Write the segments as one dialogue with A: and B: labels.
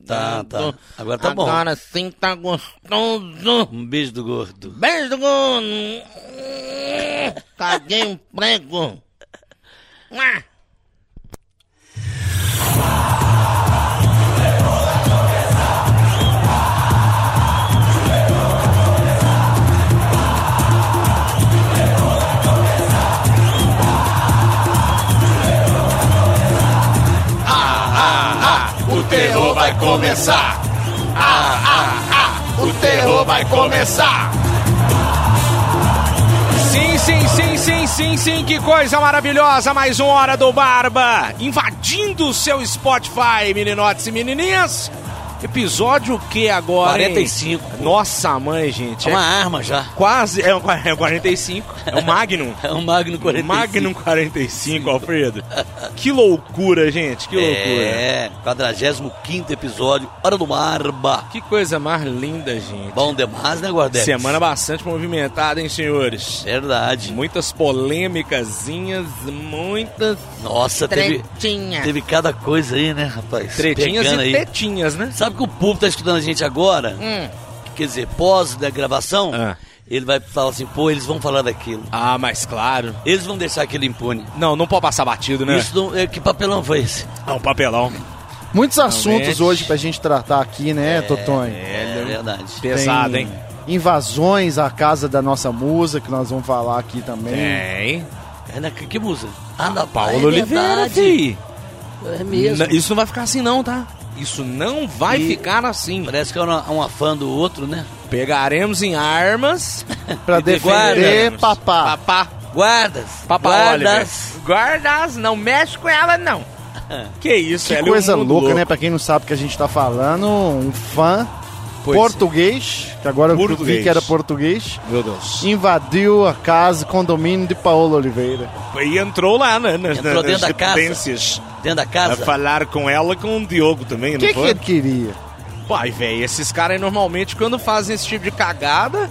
A: Obrigado.
B: Tá, tá. Agora tá bom.
A: Agora sim tá gostoso.
B: Um beijo do gordo.
A: Beijo, gordo. Caguei emprego. Ah.
C: O terror vai começar. Ah, ah, ah, o terror vai começar.
D: Sim, sim, sim, sim, sim, sim, que coisa maravilhosa! Mais uma hora do Barba invadindo o seu Spotify, meninotes e menininhas. Episódio que agora? hein?
B: 45, pô.
D: Nossa mãe, gente.
B: É
D: É
B: uma arma já.
D: quase. É, um qua- é um 45. É um Magnum.
B: É um Magno 45.
D: Magnum 45, Alfredo. Que loucura, gente. Que loucura.
B: É, 45 episódio, Hora do Marba.
D: Que coisa mais linda, gente.
B: Bom demais, né, Gordete?
D: Semana bastante movimentada, hein, senhores?
B: Verdade.
D: Muitas polêmicazinhas, muitas
B: Nossa, teve,
A: Tretinha.
B: teve cada coisa aí, né, rapaz?
D: tretinhas
B: Pegando
D: e
B: aí.
D: tetinhas, né?
B: Sabe que o público tá escutando a gente agora?
A: Hum.
B: Quer dizer, pós da gravação,
D: Ah.
B: ele vai falar assim, pô, eles vão falar daquilo.
D: Ah, mas claro.
B: Eles vão deixar aquilo impune.
D: Não, não pode passar batido, né?
B: Isso não, é, que papelão foi esse?
D: É um papelão.
E: Muitos assuntos
D: Realmente.
E: hoje pra gente tratar aqui, né, Totonho?
B: É,
D: né?
B: verdade.
E: Tem
D: Pesado, hein?
E: Invasões à casa da nossa musa, que nós vamos falar aqui também.
D: Tem.
B: É, né, que, que música? Ah, da
D: Paulo Oliveira,
B: verdade.
D: fi.
B: É mesmo.
D: N- Isso não vai ficar assim, não, tá? Isso não vai
B: E-
D: ficar assim.
B: Parece que é uma, uma fã do outro, né?
D: Pegaremos em armas.
E: Pra
D: e
E: defender
D: guardaremos.
E: papá.
D: Papá.
B: Guardas.
D: Papá
B: guardas.
D: Oliver. Guardas, não mexe com ela, não. Que isso,
E: Que
D: ela é um
E: coisa
D: mundo
E: louca,
D: louco.
E: né? Pra quem não sabe o que a gente tá falando, um fã
D: Pois é.
E: português, que agora eu
D: Português.
E: vi que era português,
D: Meu Deus.
E: invadiu a casa, condomínio de Paulo Oliveira.
D: E entrou lá, né? Nas,
B: Entrou
D: nas
B: dentro da casa.
D: dependências.
B: Dentro da
D: A
B: casa.
D: falar com ela com o Diogo também,
E: O
D: não
E: que, que
D: foi?
E: ele queria?
D: Pai, velho, esses caras aí normalmente quando fazem esse tipo de cagada,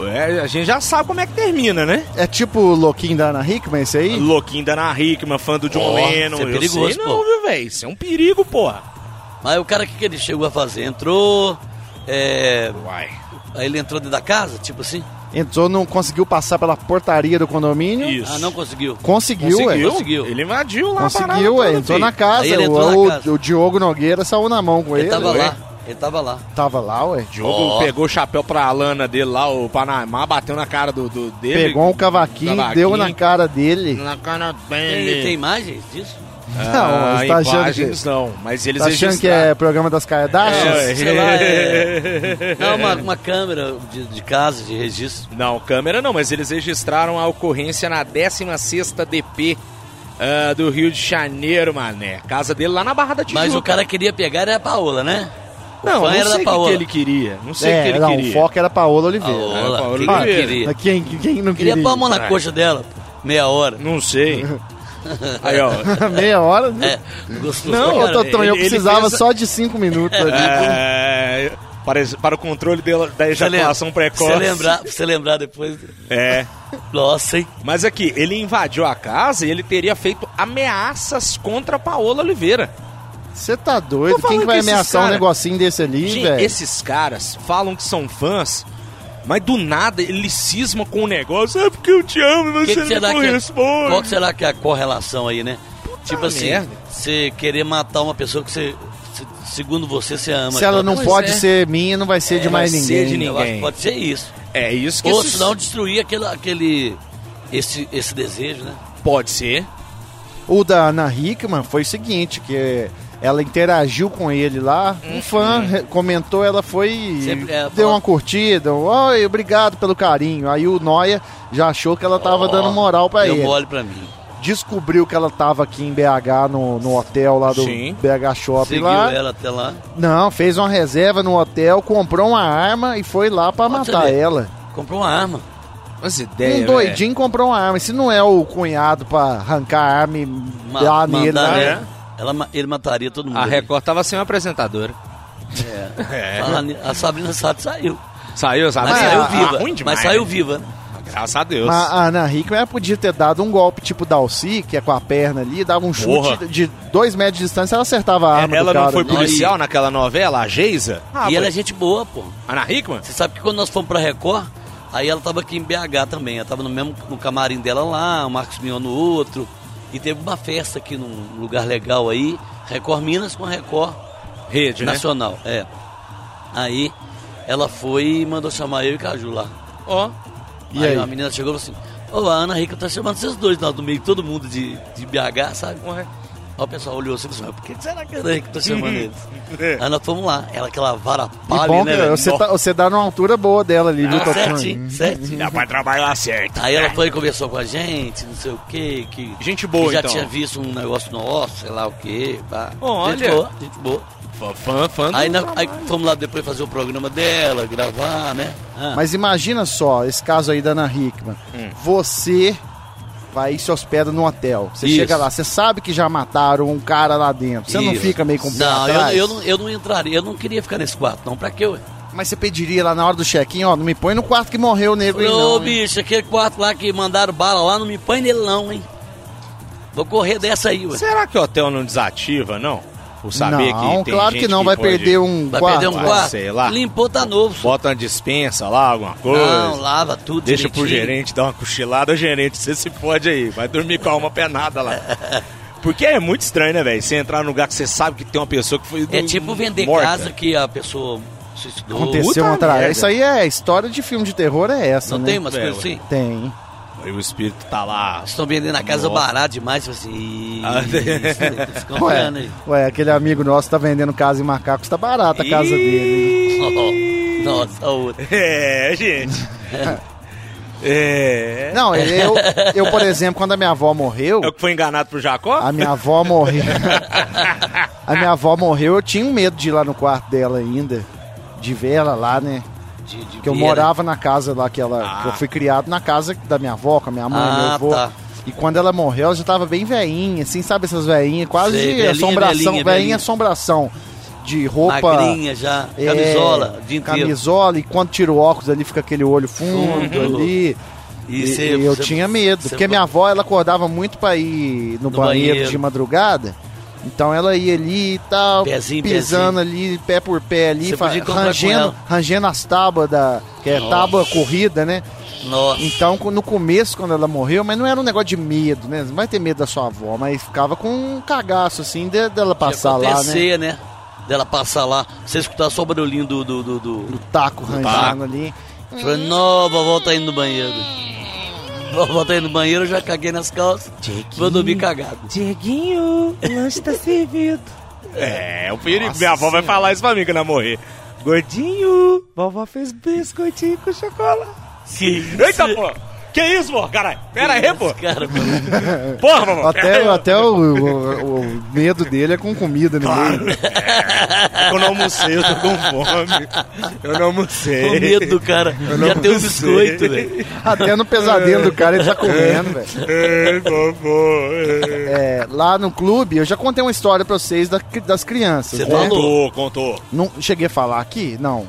D: é, a gente já sabe como é que termina, né?
E: É tipo o louquinho da Ana Hickman, esse aí?
D: Louquinho da Ana Hickman, fã do John
B: Ó, isso
D: Lennon.
B: é
D: eu
B: perigoso,
D: sei
B: pô.
D: não, viu, velho? Isso é um perigo, porra.
B: Mas o cara, o que, que ele chegou a fazer? Entrou, é,
D: Uai.
B: aí ele entrou dentro da casa, tipo assim?
E: Entrou, não conseguiu passar pela portaria do condomínio.
D: Isso.
B: Ah, não conseguiu.
E: Conseguiu, é?
D: conseguiu,
E: ué.
B: Conseguiu.
D: Ele invadiu lá a parada
E: Conseguiu, ué.
D: toda,
E: Entrou
D: filho.
E: na casa.
B: Aí ele
E: o-
B: entrou
E: o,
B: na casa.
E: o Diogo Nogueira saiu na mão com ele.
B: Ele tava
E: ué.
B: lá. Ele tava lá.
E: Tava lá, ué.
D: Diogo
B: Ó.
D: pegou o chapéu pra lana dele lá, o Panamá, bateu na cara do, do dele.
E: Pegou um cavaquinho,
D: Cavaquinho.
E: deu na cara dele.
A: Na cara
B: Ele tem
A: dele.
B: imagens disso?
E: Não,
D: ah,
E: você tá achando que,
D: imagens não, mas eles
E: tá achando que é programa das Kardashians?
D: É,
B: Sei lá, é. Não, uma, uma câmera de, de casa, de registro.
D: Não, câmera não, mas eles registraram a ocorrência na 16ª DP ah, do Rio de Janeiro, mané. Casa dele lá na Barra da Tijuca.
B: Mas o cara queria pegar era a Paola, né? O
D: Não,
B: fã
D: não
B: era da
D: sei o que que,
B: Paola.
D: ele queria. Não sei o que
E: É,
D: ele
E: não,
D: queria.
E: o foco era Paola Oliveira.
B: Paola,
D: Paola
B: quem que
D: Oliveira.
B: queria?
E: Mas Quem, quem não queria?
B: Queria pôr a mão na coxa dela, pô, meia hora.
D: Não sei. Aí, ó.
E: Meia hora, né?
B: É, gostoso.
D: Não,
E: Ô,
D: cara,
E: Totão, eu
D: ele- ele
E: precisava
D: fez a-
E: só de cinco minutos ali.
D: é, para, es- para o controle dela- da
B: Pra você lem-
D: ejaculação
B: pra
D: precoce.
B: Você lembrar, pra você lembrar depois.
D: É.
B: Nossa, hein?
D: Mas aqui, ele invadiu a casa e ele teria feito ameaças contra a Paola Oliveira.
E: Você tá
D: Tô
E: doido?
D: falando
E: Quem que vai
D: que esses
E: ameaçar
D: cara-
E: um negocinho desse ali,
D: Gente,
E: velho?
D: esses caras falam que são fãs, mas do nada eles cismam com o negócio. É porque eu te amo e
B: Que
D: você
B: que será
D: não
B: que é-
D: corresponde.
B: Qual que será que é a correlação aí, né? tipo assim,
D: Ah, merda.
B: você querer matar uma pessoa que você, se- segundo você, você ama.
E: Se ela não
D: Pois
E: pode
D: é.
E: ser minha, não vai ser de
D: não
E: mais
D: vai
E: ninguém.
D: ser de
B: Eu acho que
D: ninguém.
B: pode ser isso.
D: É isso que
B: Ou
D: esses-
B: se não destruir aquele, aquele esse, esse desejo, né?
D: Pode ser.
E: O da Ana Hickman foi o seguinte, que ela interagiu com ele lá, um fã re- comentou, ela foi e
B: Uhum. Sempre, é,
E: deu
B: fala-
E: uma curtida, um, oi, obrigado pelo carinho. Aí o Noia já achou que ela tava
B: Ó,
E: dando moral pra
B: deu
E: ele.
B: mole pra mim.
E: Descobriu que ela tava aqui em BH, no, no hotel lá do
D: Sim.
E: BH Shopping
B: Seguiu
E: lá.
B: ela até lá.
E: Não, fez uma reserva no hotel, comprou uma arma e foi lá pra
B: Olha
E: matar
B: ali.
E: ela.
B: Comprou uma arma.
D: Mas ideia.
E: um doidinho comprou uma arma. Se não é o cunhado pra arrancar a arma e
B: Ma-
E: dar nele,
B: mandar
E: né?
B: ela- ela ma- ele mataria todo mundo.
D: A
B: ali.
D: Record tava sem um uma apresentadora.
B: É. Fala ni- A Sabrina Sato saiu.
D: Saiu, sabe?
B: Mas
E: Mas
B: saiu
E: a-
D: Ah,
B: viva.
D: tá ruim demais.
B: mas saiu viva. né?
D: Graças a Deus.
E: Mas a Ana Hickman ela podia ter dado um golpe tipo da Alci, que é com a perna ali, dava um chute
D: Porra.
E: de dois metros de distância, ela acertava
B: É,
E: a arma
D: ela
E: do cara. né? é
D: não foi
E: ali.
D: policial naquela novela, a Geisa? Ah,
B: e ela é
D: mas-
B: gente boa, pô.
D: Ana Hickman?
B: Você sabe que quando nós fomos pra Record, aí ela tava aqui em BH também. Ela tava no mesmo no camarim dela lá, o Marcos Mion no outro. E teve uma festa aqui num lugar legal aí, Record Minas com Record
D: Rede, né?
B: Nacional. É. Aí ela foi e mandou chamar eu e Caju lá.
D: Ó.
E: E aí?
B: uma menina chegou e falou assim: Ô, a Ana Rica tá chamando vocês dois lá do meio, todo mundo de, de BH, sabe?
D: Ué.
B: Aí o pessoal olhou assim e falou assim: Mas por que será que a Ana Rica tá chamando eles? Aí nós fomos lá, ela aquela vara
E: E
B: palha,
E: bom,
B: né?
E: que
B: velho?
E: você, tá, você dá numa altura boa dela ali, viu,
B: Nossa,
E: Tocantins?
B: Ah, certinho, certinho.
E: Uhum.
D: Dá pra trabalhar certo.
B: Aí ela foi e conversou com a gente, não sei o quê, que.
D: Gente boa,
B: que já
D: então.
B: tinha visto um negócio nosso, sei lá o quê. pá.
D: Olha.
B: Gente boa, gente boa.
D: Fã, fã, fã do
B: Aí,
E: um
B: na- aí fomos lá depois fazer o programa dela, gravar, né? Ah.
E: Mas imagina só esse caso aí da Ana Hickman.
B: Hum.
E: Você vai e se hospeda num hotel. Você
B: Isso.
E: chega lá, você sabe que já mataram um cara lá dentro. Você não
B: Isso.
E: fica meio com o pé
B: Não, eu,
E: atrás?
B: eu não, eu não entraria, eu não queria ficar nesse quarto, não. Pra quê? ué?
E: Mas você pediria lá na hora do check-in, ó, não me põe no quarto que morreu o nego aí,
B: Falei, Ô,
E: não. hein?
B: bicho, aquele quarto lá que mandaram bala lá, não me põe nele não, hein? Vou correr dessa aí, ué.
D: Será que o hotel não desativa, não? O saber
E: não,
D: que tem
E: claro
D: gente
E: que não, vai
D: pode-
E: perder um
B: Vai
E: quarto.
B: perder um
D: vai,
B: quarto.
D: sei lá.
B: Limpou, tá novo. só.
D: Bota uma dispensa lá, alguma coisa.
B: Não, lava tudo
D: Deixa pro
B: direitinho.
D: gerente dar uma cochilada. Gerente, você se pode aí. Vai dormir com a alma penada lá. Porque é muito estranho, né, velho? Você entrar num lugar que você sabe que tem uma pessoa que foi.
B: É tipo vender
D: morta.
B: casa que a pessoa suicidou.
E: Aconteceu
D: Puta
E: uma tragédia.
D: merda.
E: Isso aí é história de filme de terror, é essa,
B: Não
E: né?
B: tem umas
D: É,
B: coisas
D: ué.
B: assim?
E: Tem.
D: Aí o espírito tá lá.
B: Estão vendendo a casa
D: Nossa.
B: barato demais, tipo assim.
D: Ah,
B: isso, isso,
E: Ué,
B: comprando Tá aí.
E: ué, aquele amigo nosso tá vendendo casa em macacos, tá barata a casa
D: Ih!
E: dele. hein?
B: Oh, Nossa, outra.
D: É, gente. é.
E: Não, eu, eu, por exemplo, quando a minha avó morreu,
D: É o que foi enganado pro Jacó?
E: a minha avó morreu. a minha avó morreu, eu tinha um medo de ir lá no quarto dela ainda. De ver ela lá, né?
B: De, de
E: Porque eu
B: Vieira.
E: morava na casa lá que ela. que eu fui criado na casa da minha avó, com a minha mãe,
B: Ah,
E: meu avô.
B: tá.
E: E quando ela morreu, ela já tava bem veinha, assim, sabe essas veinhas? Quase
B: Sei, velhinha,
E: assombração.
B: velhinha, velhinha.
E: veinha assombração. De roupa.
B: Magrinha já,
E: É,
B: camisola, o dia inteiro.
E: Camisola, e quando tira o óculos ali, fica aquele olho fundo
B: Fundo.
E: ali. E,
B: E cê-
E: e eu
B: cê-
E: tinha medo,
B: cê-
E: porque minha avó ela acordava muito pra ir no,
B: No
E: banheiro,
B: banheiro.
E: de madrugada. Então ela ia ali e tal,
B: Pezinho,
E: pisando ali, pé por pé ali,
B: Cê
E: fa-
B: podia encontrar com
E: rangendo,
B: ela.
E: rangendo as tábuas da. que é tábua corrida, né?
B: Nossa.
E: Então, co- no começo, quando ela morreu, mas não era um negócio de medo, né? Não vai ter medo da sua avó, mas ficava com um cagaço, assim, de- dela passar
B: De
E: lá, né?
B: acontecer, né? Dela passar lá, você escutar só o barulhinho do. do, do,
E: Do
B: do...
E: taco
D: taco.
E: rangendo ali.
B: Falei, não, vovó tá indo no banheiro. Vovó tá indo no banheiro, eu já caguei nas calças. Vou dormir cagado.
F: Dieguinho, o lanche tá servido.
D: É, o perigo. minha avó vai falar isso pra mim quando ela morrer.
F: Gordinho, vovó fez biscoitinho com chocolate.
D: Eita, pô! Que isso, pô? Caralho! Pera aí, pô!
B: Cara,
D: Porra, vovó!
E: Até, até o, o- o medo dele é com comida no meio.
D: Eu não almocei, eu tô com fome. Eu não almocei.
B: o medo do cara. Já tem um
D: sei.
B: biscoito, velho.
E: Até no Tá um pesadelo do cara ele tá comendo, velho.
D: Ei, vovô.
E: É, lá no clube, eu já contei uma história pra vocês da- das crianças.
B: Você
E: né?
D: tá
B: falou?
D: Contou, contou.
E: Não cheguei a falar aqui? Não.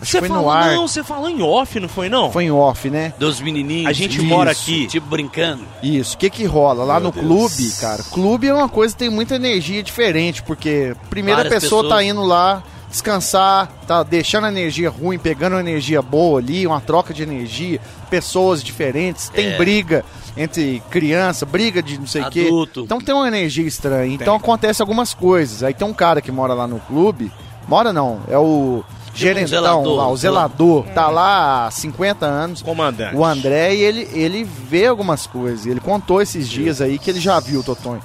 D: Você
E: Foi no
D: falou,
E: ar.
D: não, você falou em off, não foi, não?
E: Foi em off, né?
B: Dos menininhos.
D: A gente
E: Isso.
D: mora aqui.
B: Tipo brincando.
E: Isso, o que que rola? Lá no
B: Deus.
E: clube, cara, clube é uma coisa que tem muita energia diferente, porque primeira
B: Várias
E: pessoa tá
B: pessoas.
E: indo lá descansar, tá deixando a energia ruim, pegando uma energia boa ali, uma troca de energia, pessoas diferentes, tem
B: É.
E: briga entre criança, briga de não sei o quê.
B: Adulto.
E: Então tem uma energia estranha, então acontece algumas coisas. Aí tem um cara que mora lá no clube, mora não, é o gerentão
B: Tipo um zelador,
E: lá, o
B: sei lá.
E: zelador, tá lá há 50 anos.
D: Comandante.
E: O André, e ele, ele vê algumas coisas. Ele contou esses dias aí que ele já viu o Totonho.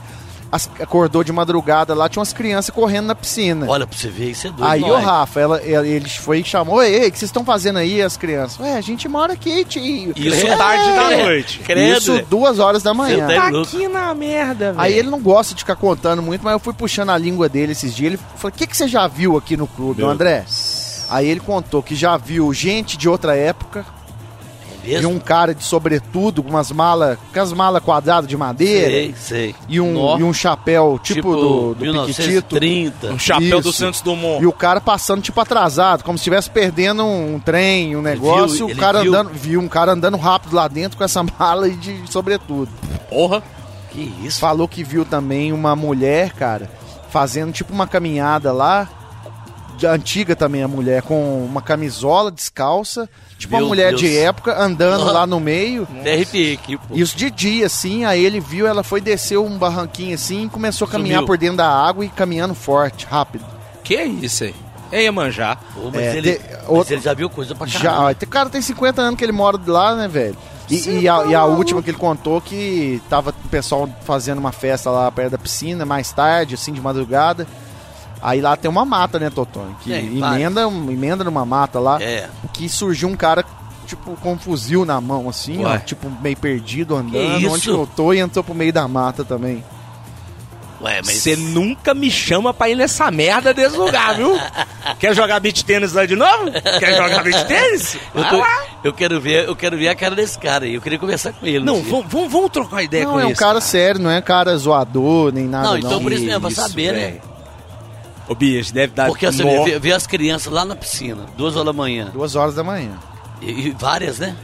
E: As- acordou de madrugada lá, tinha umas crianças correndo na piscina.
B: Olha pra você ver, isso é doido.
E: Aí
B: não
E: o
B: é?
E: Rafa, ela, ela- ele foi e chamou, ei, ei, o que vocês estão fazendo aí, as crianças? Ué, a gente mora aqui, tio. É.
D: Isso
B: Credo.
D: tarde da noite.
B: é Credo.
E: Isso
B: velho.
E: duas horas da manhã.
B: Você tá
F: Tá
B: louco.
F: aqui na merda, velho.
E: Aí ele não gosta de ficar contando muito, mas eu fui puxando a língua dele esses dias. Ele falou: O que, que você já viu aqui no clube, André? Aí ele contou que já viu gente de outra época, E
B: mesmo?
E: um cara de sobretudo, com umas malas, com as malas quadradas de madeira.
B: Sei, sei.
E: E um,
B: Nó.
E: e um chapéu tipo, do, do Piquitito.
B: 1930.
D: Um chapéu do
E: Isso.
D: Santos Dumont.
E: E o cara passando, tipo, atrasado, como se estivesse perdendo um, um trem, um negócio.
B: viu,
E: o
B: ele
E: cara
B: viu.
E: andando. Viu um cara andando rápido lá dentro com essa mala e de sobretudo.
D: Porra.
B: Que isso?
E: Falou que viu também uma mulher, cara, fazendo tipo uma caminhada lá. de- Antiga também a mulher, com uma camisola descalça, tipo uma
B: Meu
E: mulher de
B: Deus.
E: época, andando
B: Nossa.
E: lá no meio.
B: Até arrepiei aqui, pô.
E: Isso de dia, assim, aí ele viu, ela foi descer um barranquinho assim e começou a caminhar
B: Sumiu.
E: por dentro da água e caminhando forte, rápido.
D: Que é isso aí? É Iemanjá.
B: Pô, mas,
E: É,
B: ele,
E: te-
B: mas
E: outro-
B: ele é um já viu coisa pra caramba.
E: Já, ó, o cara tem 50 anos que ele mora lá, né, velho? E, e a, e a última que ele contou que tava o pessoal fazendo uma festa lá perto da piscina, mais tarde, assim, de madrugada. Aí lá tem uma mata, né, Totônio? Que
B: Tem,
E: emenda, um, emenda numa mata lá.
B: É.
E: Que surgiu um cara, tipo, com um fuzil na mão, assim, ó,
B: Ué.
E: tipo, meio perdido, andando,
B: Que
E: onde
B: isso?
E: que eu tô, e entrou pro meio da mata também.
B: Ué, mas...
D: Você nunca me chama pra ir nessa merda desse lugar, viu? Quer jogar beat tênis lá de novo? Quer jogar beat tênis?
B: Eu,
D: Vai
B: tô-
D: lá.
E: Ah!
B: eu quero ver, eu quero ver a cara desse cara aí. Eu queria conversar com ele. um
D: Não,
B: dia.
D: vamos, vamos, vamos trocar ideia
E: não,
D: com
E: é um
D: esse
E: cara sério, não é um cara zoador, nem nada.
B: Não, então por isso mesmo, pra
D: Isso,
B: saber, né?
D: velho. Ô, bicho, deve dar...
B: Porque você
D: nó.
B: vê, vê as crianças lá na piscina, duas horas da manhã.
E: Duas horas da manhã.
B: E, e várias, né?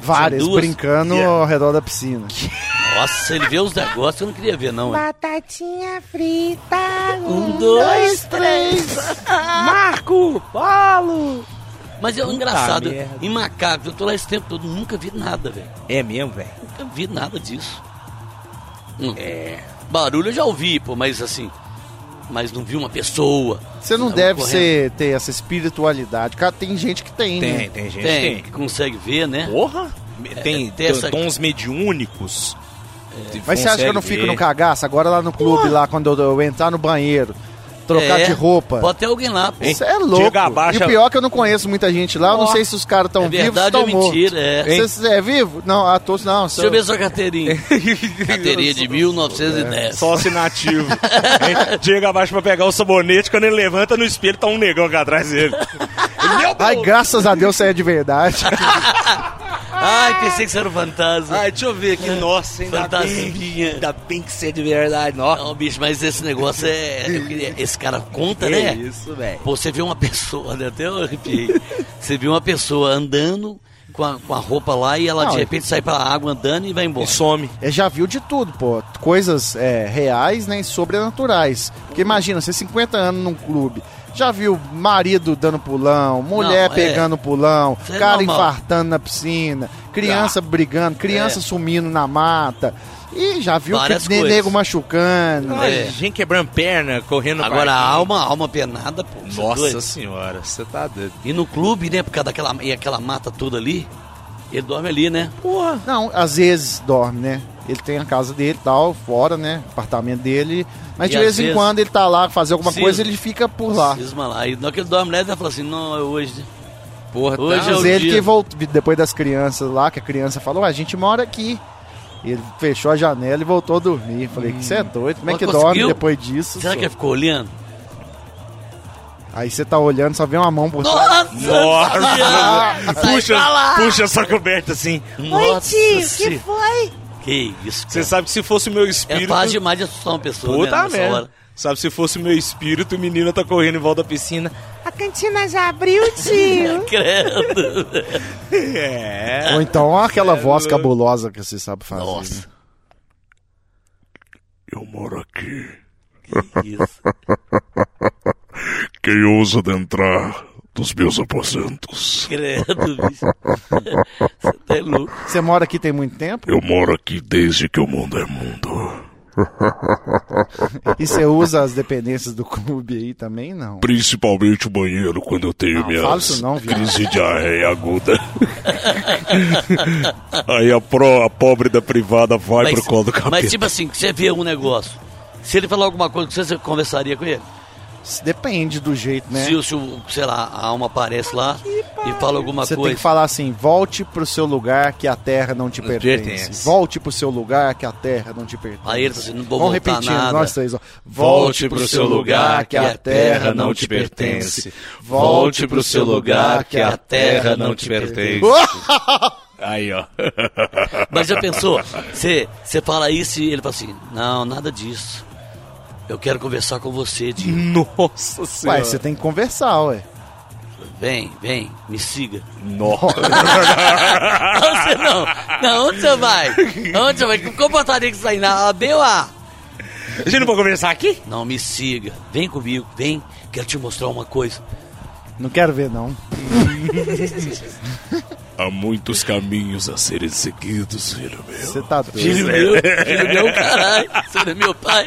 E: Várias,
B: duas?
E: brincando
B: Yeah.
E: ao redor da piscina.
B: Nossa, ele vê os negócios que eu não queria ver, não. hein?
F: Batatinha frita.
B: Um, dois,
F: três.
D: Marco!
F: Bolo.
B: Mas é um engraçado.
D: merda.
B: Em Macabro, eu tô lá esse tempo todo, nunca vi nada, velho.
D: É mesmo, velho.
B: Nunca vi nada disso. É. Barulho eu já ouvi, pô, mas assim. Mas não vi uma pessoa.
E: Você não
B: Tava
E: deve
B: Tá correndo.
E: ser, ter essa espiritualidade. Cara, tem gente que tem,
D: Tem,
E: né?
D: tem gente
B: Hum. Tem,
D: tem.
B: que consegue ver, né?
D: Porra! Tem,
B: tem essa- É.
D: tons mediúnicos.
E: Mas você acha que eu não
D: Consegue
E: fico no
D: ver.
E: cagaço? Agora lá no clube, lá quando eu, eu entrar no banheiro, trocar
B: É,
E: de roupa.
B: Pode ter alguém lá, pô.
E: Você é louco.
D: Chega abaixo-
E: E o pior é que eu não conheço muita gente lá. Eu não sei se os caras estão
B: É
E: vivos ou
B: verdade
E: estão
B: ou
E: mortos.
B: mentira, é.
E: Você se é vivo? Não, a todos não.
B: Deixa eu
E: Sou...
B: ver sua carteirinha. Carteirinha de 1910.
D: Sócio nativo. Hein? Chega abaixo pra pegar o sabonete, quando ele levanta no espelho, tá um negão aqui atrás dele. Meu
E: Ai,
D: Deus!
E: graças a Deus você é de verdade.
B: Ai, pensei que você era um fantasma.
D: Ai, deixa eu ver aqui. Nossa, ainda
B: Fantasminha.
D: bem, ainda bem que você é de verdade. Nossa.
B: Não, bicho, mas esse negócio é. eu queria- Esse cara
D: Tá,
B: conta, né?
D: É isso, velho.
B: Pô, você vê uma pessoa, né? Até eu arrepiei. Você vê uma pessoa andando com a, com a roupa lá e ela
E: Não,
B: de
E: é-
B: repente sai pra água andando e vai embora.
D: E some.
E: É, já viu de tudo, pô. Coisas é, reais, né? E sobrenaturais. Porque imagina, você 50 anos num clube. Já viu marido dando pulão, mulher
B: Não, é.
E: pegando pulão,
B: Isso é
E: cara
B: normal.
E: infartando na piscina, criança brigando, criança sumindo na mata. E já viu
B: É. Várias
E: que ne-
B: coisas.
E: nego machucando. né?
D: Ai,
B: É.
D: Gente quebrando perna, correndo no
B: Agora a
D: parquinho.
B: alma, a alma penada, pô. você é
D: Nossa
B: doido?
D: senhora, você tá doido.
B: E no clube, né? Por causa daquela e aquela mata toda ali, ele dorme ali, né?
D: Porra.
E: Não, às vezes dorme, né? Ele tem a casa dele e tal, fora, né? Apartamento dele. Mas
B: E
E: de
B: às
E: vez em
B: vezes-
E: quando ele tá lá fazer alguma
B: Cisma.
E: coisa, ele fica por lá.
B: Cisma lá. E na hora que ele dorme, né? Ele fala assim: não, é hoje. né?
D: Porra, tá-
B: Hoje é
E: Diz
B: o
E: ele
B: dia.
E: que voltou, depois das crianças lá, que a criança falou, "Ué, a gente mora aqui. Ele fechou a janela e voltou a dormir. Falei, que você é doido, como é
B: Hum. Mas
E: que
B: conseguiu?
E: dorme depois disso?
B: Será
E: só?"
B: que é ele ficou olhando?
E: Aí você tá olhando, só vê uma mão por trás.
D: Nossa! puxa,
B: pra lá.
D: puxa essa coberta assim.
F: Oi,
B: Nossa,
F: tio. Que
B: senhora.
F: foi?
B: Que isso,
D: Você
B: cara.
D: sabe que se fosse o meu
B: É
D: espírito.
B: fácil demais de assustar uma pessoa, né?
D: Puta
B: nessa
D: merda.
B: hora.
D: Sabe, se fosse o meu espírito, o menino tá correndo em volta da piscina.
F: A cantina já abriu, tio.
B: Credo.
D: É.
E: Ou então aquela
B: é.
E: voz cabulosa que você sabe fazer. né? Nossa.
G: Eu moro aqui.
B: Isso.
G: Quem ousa adentrar dos meus aposentos?
B: Credo, bicho. Você tá louco.
E: Você mora aqui tem muito tempo?
G: Eu moro aqui desde que o mundo é mundo.
E: E você usa as dependências do clube aí também? Não.
G: Principalmente o banheiro, quando eu tenho
E: fala
G: minhas
E: isso não, viado.
G: crises de arreia aguda. Aí a, pro- a pobre da privada vai pro colo do capeta.
B: mas tipo assim, que você vê um negócio. Se ele falar alguma coisa com você, você conversaria com ele?
E: Isso Depende do jeito, né?
B: Se, o- se o, sei lá, a alma aparece lá e fala alguma
E: Você tem
B: coisa.
E: que falar assim, volte pro seu lugar que a terra não te pertence.
D: pertence.
E: Volte pro seu lugar que a terra não te pertence.
B: Aí ele tá assim, não vou
E: Vamos
B: voltar
E: repetindo,
B: nada.
E: nós três, ó.
B: Volte pro seu lugar que a terra não te pertence. Volte pro seu lugar que a terra não te pertence.
D: Aí, ó.
B: Mas já pensou? Você você fala isso e ele fala assim: não, nada disso. Eu quero conversar com você, Dinho.
D: Nossa senhora.
E: Ué, você tem que conversar, ué.
B: Vem, vem, me siga.
D: Nossa.
B: Você não. Não, onde você vai? Onde você vai? Que comportaria que você tá indo? A B ou A?
D: A gente não pode conversar aqui?
B: Não, me siga. Vem comigo, vem. Quero te mostrar uma coisa.
E: Não quero ver, não. tipo
G: Há muitos caminhos a serem seguidos, filho meu.
E: Você tá doido.
B: Filho é meu, filho meu, caralho. Você não é meu pai.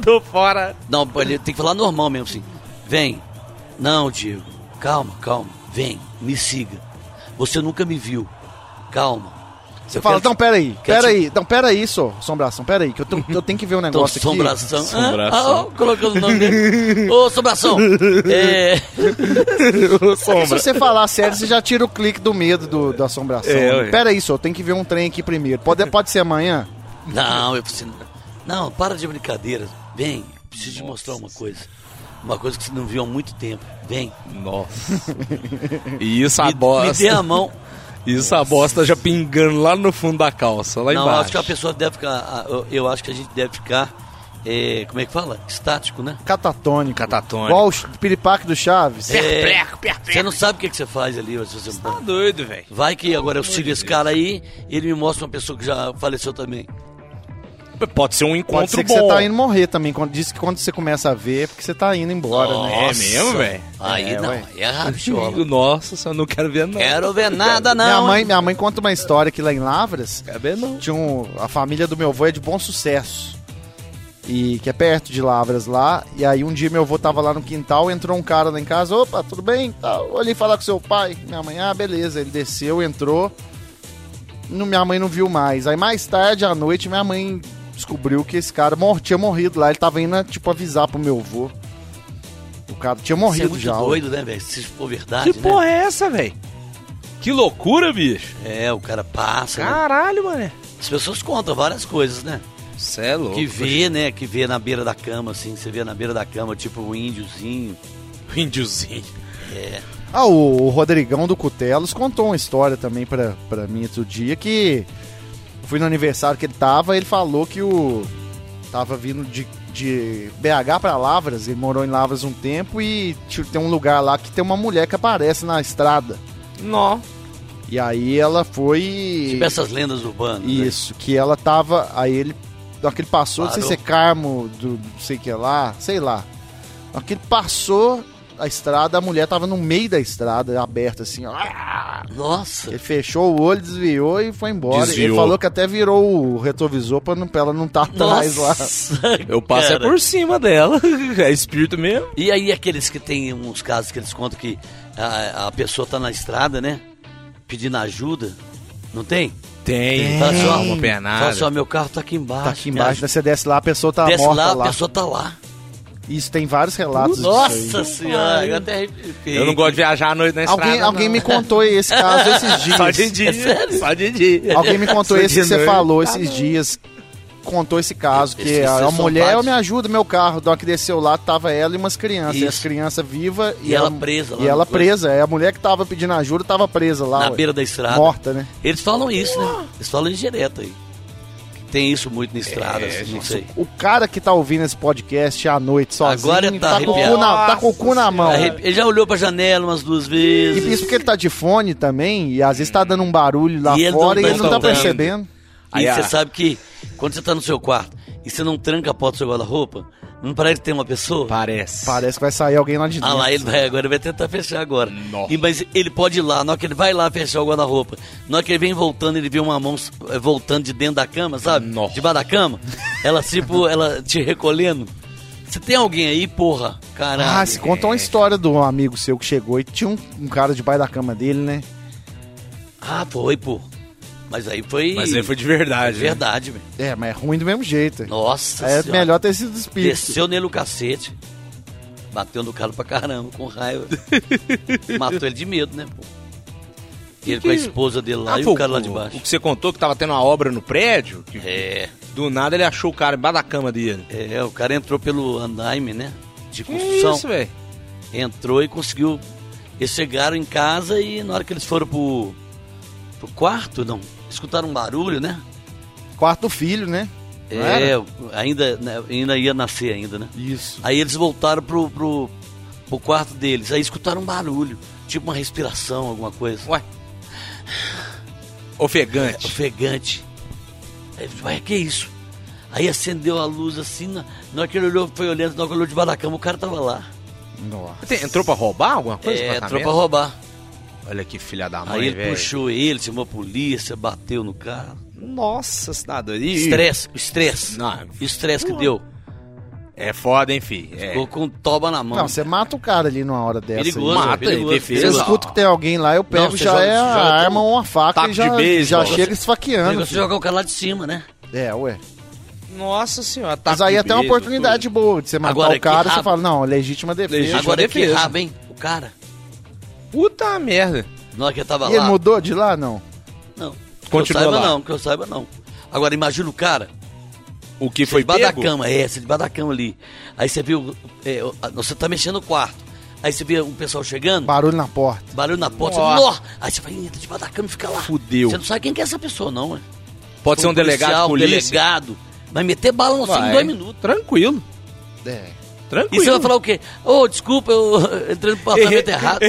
D: Tô fora.
B: Não, pô, ele tem que falar normal mesmo assim. Vem. Não, Diego. Calma, calma. Vem, me siga. Você nunca me viu. Calma.
E: Você fala, não, peraí, peraí, não, peraí, só, assombração, peraí, que eu, tenho- eu tenho que ver um
B: Então,
E: negócio aqui.
B: Sombração. Ah, ah, colocando o nome dele. Ô, Sombração. É,
E: Se você falar sério, você já tira o clique do medo do, da assombração.
D: É,
E: Peraí,
D: ué.
E: Pera aí, só, tem que ver um trem aqui primeiro. Pode, pode ser amanhã?
B: Não, eu preciso. Não, para de brincadeira. Vem, eu preciso te mostrar uma coisa. Uma coisa que você não viu há muito tempo. Vem.
D: Nossa. E isso
E: Tá
D: a
B: Me, me dê
D: bosta.
B: a mão.
D: Isso a bosta já pingando lá no fundo da calça, lá
B: não, acho
D: embaixo.
B: que a pessoa deve ficar. a- eu- Eu acho que a gente deve ficar. é, como é que fala? Estático, né?
E: Catatônico.
D: Catatônico. É,
E: Igual o ch- piripaque do Chaves.
B: Perpleco, perpleco. É, Você não sabe o que, que você faz ali. ó, se Você...
D: Tá doido, velho.
B: Vai que agora eu sigo esse cara aí, ele me mostra uma pessoa que já faleceu também.
D: Pode ser um encontro
E: Pode ser que
D: bom.
E: você tá indo morrer também. Quando, diz que quando você começa a ver, é porque você tá indo embora, né?
D: É mesmo, velho?
B: Aí
E: É,
B: não,
E: ué.
B: aí é rabiola.
D: Nossa, só não quero ver não.
B: Quero ver nada, não.
E: Minha mãe, minha mãe conta uma história que lá em Lavras,
B: É
D: Quero ver não.
E: tinha um, a família do meu avô é de bom sucesso. E que é perto de Lavras lá. E aí um dia meu avô tava lá no quintal, entrou um cara lá em casa, opa, tudo bem? Tá, olhei falar com seu pai. Minha mãe, ah, beleza. Ele desceu, entrou. Não, minha mãe não viu mais. Aí mais tarde, à noite, minha mãe descobriu que esse cara mor tinha morrido lá. Ele tava indo, tipo, avisar pro meu avô. O cara tinha
B: Você é
E: morrido
B: muito
E: já. ó.
B: doido, né, velho? Se isso for verdade,
D: Que
B: né?
D: porra é essa, velho? Que loucura, bicho.
B: É, o cara passa. né?
D: Caralho, mané.
B: As pessoas contam várias coisas, né?
D: Cê é louco.
B: Que vê, né? Que vê na beira da cama, assim. Você vê na beira da cama, tipo o índiozinho.
D: Índiozinho.
E: Ah, o, o Rodrigão do Cutelos contou uma história também pra, pra mim outro dia que eu fui no aniversário que ele tava, ele falou que o. tava vindo de, de BH pra Lavras, ele morou em Lavras um tempo e tipo, tem um lugar lá que tem uma mulher que aparece na estrada.
D: Nó.
E: E aí ela foi.
B: Tipo essas lendas urbanas. né?
E: Isso, que ela tava. Aí ele. na hora que ele passou, não sei se é
B: Parou.
E: Carmo, do não sei o que lá, sei lá. Na hora que ele passou a estrada, a mulher tava no meio da estrada, aberta assim, ó.
B: Nossa.
E: Ele fechou o olho, desviou e foi embora. Ele
G: Desviou.
E: falou que até virou o retrovisor pra, não, pra ela não tá atrás lá.
B: Nossa,
D: Eu passo é
B: cara.
D: por cima dela. É espírito mesmo.
B: E aí aqueles que tem uns casos que eles contam que a, a pessoa tá na estrada, né? Pedindo ajuda. Não tem?
D: Tem.
B: Fala assim, ó,
D: uma
B: Fala
D: penada.
B: assim, ó, meu carro tá aqui embaixo.
E: Tá aqui
B: me
E: embaixo,
B: ajuda.
E: daí você desce lá, a pessoa tá
B: Desce
E: morta
B: lá,
E: lá.
B: a pessoa tá lá.
E: Isso, tem vários relatos disso aí.
B: Nossa senhora, eu até
D: Eu não gosto de viajar à noite na
E: Alguém,
D: estrada,
E: alguém
D: não.
E: me contou esse caso esses
D: Só de
E: dias.
D: dia. Só de dia.
E: alguém me
D: Só
E: contou esse
D: de
E: que você
D: noite.
E: falou esses dias. Contou esse caso,
B: Esses-
E: que
B: esses
E: a
B: são
E: mulher,
B: vários.
E: eu me ajuda, meu carro. Da hora que desceu lá, tava ela e umas crianças. E as
B: Isso.
E: crianças vivas.
B: E ela presa lá
E: E
B: no
E: ela
B: coisa.
E: presa. É, a mulher que tava pedindo ajuda tava presa lá.
B: Na
E: ué.
B: beira da estrada.
E: Morta, né?
B: Eles falam isso, né? Eles falam isso direto aí. Tem isso muito na estrada, assim, não sei.
E: O cara que tá ouvindo esse podcast à noite sozinho,
B: Agora ele tá
E: tá, com o cu
B: arrepiado.
E: na, tá com o cu na mão.
B: Arrepi- Ele já olhou pra janela umas duas
E: E
B: vezes.
E: isso porque ele tá de fone também, e às vezes tá dando um barulho lá
B: E ele não
E: fora e
B: tá
E: ele não tá
B: escutando.
E: percebendo.
B: E
D: Aí,
B: você
D: ah.
B: sabe que quando você tá no seu quarto e você não tranca a porta do seu guarda-roupa, não parece que tem uma pessoa?
D: Parece.
E: Parece que vai sair alguém lá de
B: Ah
E: dentro.
B: lá, ele vai agora, vai tentar fechar agora. E, mas ele pode ir lá, na hora que ele vai lá fechar o guarda-roupa, na hora que ele vem voltando, ele vê uma mão eh, voltando de dentro da cama, sabe?
D: Nossa.
B: De baixo da cama. Ela tipo, ela te recolhendo. Você tem alguém aí, porra? Caralho.
E: Ah, se conta uma história de um amigo seu que chegou e tinha um, um cara debaixo da cama dele, né?
B: Ah, foi, pô. Mas aí foi.
D: Mas aí foi de verdade. né?
B: verdade, velho.
E: É, mas é ruim do mesmo jeito.
B: Nossa
E: é
B: senhora.
E: melhor ter sido espírito.
B: Desceu nele o cacete. Bateu no cara pra caramba, com raiva. Matou ele de medo, né, pô? E ele com a esposa dele lá
D: Ah,
B: e
D: pô,
B: o cara lá de baixo.
D: O que você contou que tava tendo uma obra no prédio, que
B: É,
D: do nada ele achou o cara embaixo da cama dele.
B: é, o cara entrou pelo andaime, né? De
D: Que
B: construção.
D: isso, velho?
B: entrou e conseguiu. Eles chegaram em casa e na hora que eles foram pro, pro quarto, não. Escutaram um barulho, né?
E: Quarto filho, né? Não
B: É, ainda, né, ainda ia nascer ainda, né?
E: Isso.
B: Aí eles voltaram pro, pro, pro quarto deles. Aí escutaram um barulho, tipo uma respiração, alguma coisa.
D: Ué. Ofegante.
B: Ofegante. Aí ele falou, ué, que isso? Aí acendeu a luz assim, na, na hora que ele olhou, foi olhando, na hora que ele olhou debaixo da cama, o cara tava lá.
E: Nossa.
D: Tem- Entrou pra roubar alguma coisa?
B: É,
D: no
B: entrou
D: apartamento?
B: pra roubar.
D: Olha que filha da mãe,
B: Aí ele
D: é velho.
B: puxou ele, chamou a polícia, bateu no cara.
D: Nossa, senador. E-
B: Estresse, o estresse.
D: Não.
B: O estresse que deu.
D: É foda, hein, filho? É.
B: Ficou com toba na mão.
E: Não, você mata o cara ali numa hora dessa. aí.
B: Perigoso,
D: mata,
B: perigoso.
D: ele defesa.
E: Se eu escuto que tem alguém lá, eu pego
B: Não, você
E: já
B: joga-
E: é
B: você
E: a
B: joga
E: arma
B: com
E: ou uma faca
D: taco
E: e já,
D: de beisebol.
E: já chega esfaqueando.
B: Você jogar o cara lá de cima, né?
E: É, ué.
D: Nossa senhora, tá
E: Mas aí é até uma oportunidade boa de você matar
B: Agora,
E: o cara,
B: que
E: você fala, não, é legítima defesa.
D: Legítima-
B: Agora é que
D: defesa.
B: rabo, hein? O cara.
D: Puta merda.
B: Na hora que eu tava
E: E ele
B: lá.
E: mudou de lá? Não.
B: Não.
D: Continua
B: que eu saiba
D: lá.
B: não, que eu saiba não. Agora imagina o cara,
D: O que
B: você
D: foi
B: debaixo
D: pego?
B: da cama, é, você debaixo da cama ali. Aí você viu, é, o- a- você tá mexendo no quarto. Aí você vê um pessoal chegando,
E: Barulho na porta.
B: barulho na porta, você,
D: Nossa.
B: "Nó!" aí você vai, entra debaixo da cama e fica lá.
D: Fudeu.
B: Você não sabe quem que é essa pessoa não, é.
D: Pode ser um delegado
B: policial,
D: de
B: um
D: polícia.
B: delegado. Vai meter bala no
D: Vai.
B: em dois minutos.
D: Tranquilo.
E: É.
B: E
D: Tranquilo.
B: você vai falar o quê? Ô, desculpa, eu entrei no apartamento errado.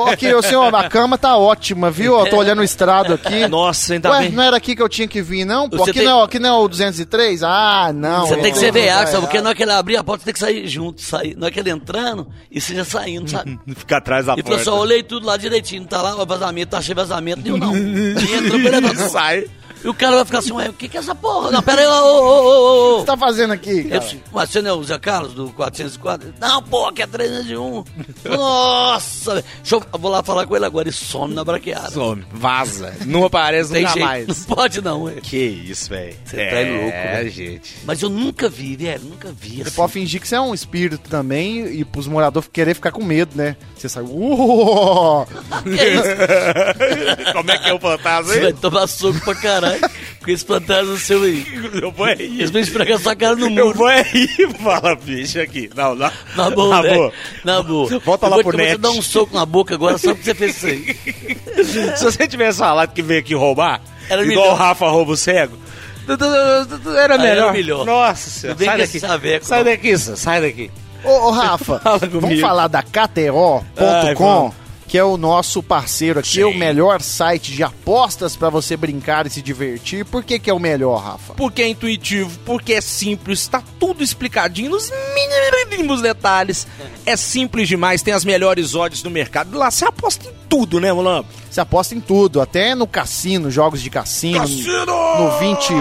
E: ok, ô senhor, a cama tá ótima, viu? Eu tô olhando o estrado aqui.
D: É Nossa, ainda
E: Ué,
D: bem.
E: não era aqui que eu tinha que vir, não? Pô,
B: Você
E: aqui,
B: tem-
E: não, aqui não é o 203? Ah, não.
B: Você tem que ser
E: entendi, tá
B: veado, sabe? Porque
E: errado.
B: na hora que é? ele abrir a porta, você tem que sair junto. Sair. Na hora que ele entrando, e você já saindo, sabe?
D: Fica atrás da
B: E o pessoal, olhei tudo lá direitinho. Tá lá, ó, vazamento, tá cheio de vazamento. Nenhum não. E entrou pela vazamento.
D: Sai.
B: E o cara vai ficar assim, ué, o que que é essa porra? Não, pera aí lá, ô, ô, ô,
E: O
B: ô.
E: que você tá fazendo aqui?
B: Eu
E: cara?
B: disse, Mas você não é o Zé Carlos do 404? Não, pô, aqui é 301. Nossa, velho. Deixa eu- eu vou lá falar com ele agora. E some na braqueada.
D: Some. Vaza. Não aparece
B: Tem
D: nunca
B: jeito.
D: mais.
B: Não pode não, ué.
D: Que isso, velho.
B: Você tá é louco, velho.
D: gente.
B: Mas eu nunca vi, velho. Nunca vi
E: Você
B: assim.
E: pode fingir que você é um espírito também e pros moradores querer ficar com medo, né? Você sai. "Uou!"
B: Que é isso?
D: Como é que é o fantasma
B: Você
D: aí?
B: vai tomar soco pra caralho com esse fantasma seu aí.
D: Eu vou aí.
B: Eles vão esfregar sua cara no
D: Eu
B: muro.
D: vou aí. Fala, bicho, aqui. Não, não.
B: Na boa,
D: Na
B: né?
D: boa.
B: Na boa.
D: Volta
B: Eu
D: lá
B: vou-
D: pro
B: eu vou te
D: net.
B: dar um soco na boca agora só porque você fez isso aí.
D: Se você tivesse falado que veio aqui roubar,
B: Era
D: igual
B: melhor.
D: o Rafa rouba o cego, tu- tu- tu- tu- era
B: Aí
D: melhor.
B: era melhor.
D: Nossa senhora,
B: bem
D: sai
B: que
D: daqui.
B: esse saveco,
D: sai
B: não.
D: daqui, senhor, sai daqui.
E: Ô, ô Rafa,
D: Fala comigo.
E: vamos falar da
B: Ah,
D: Ai,
E: KTO.com,
D: vamos.
E: que é o nosso parceiro aqui,
D: Sim.
E: é o melhor site de apostas pra você brincar e se divertir. Por que, que é o melhor, Rafa?
D: Porque é intuitivo, porque é simples, tá tudo explicadinho nos mínimos detalhes. É simples demais, tem as melhores odds do mercado. Lá você aposta em tudo, né, Mulambo?
E: Você aposta em tudo, até no cassino, jogos de cassino.
D: Cassino!
E: No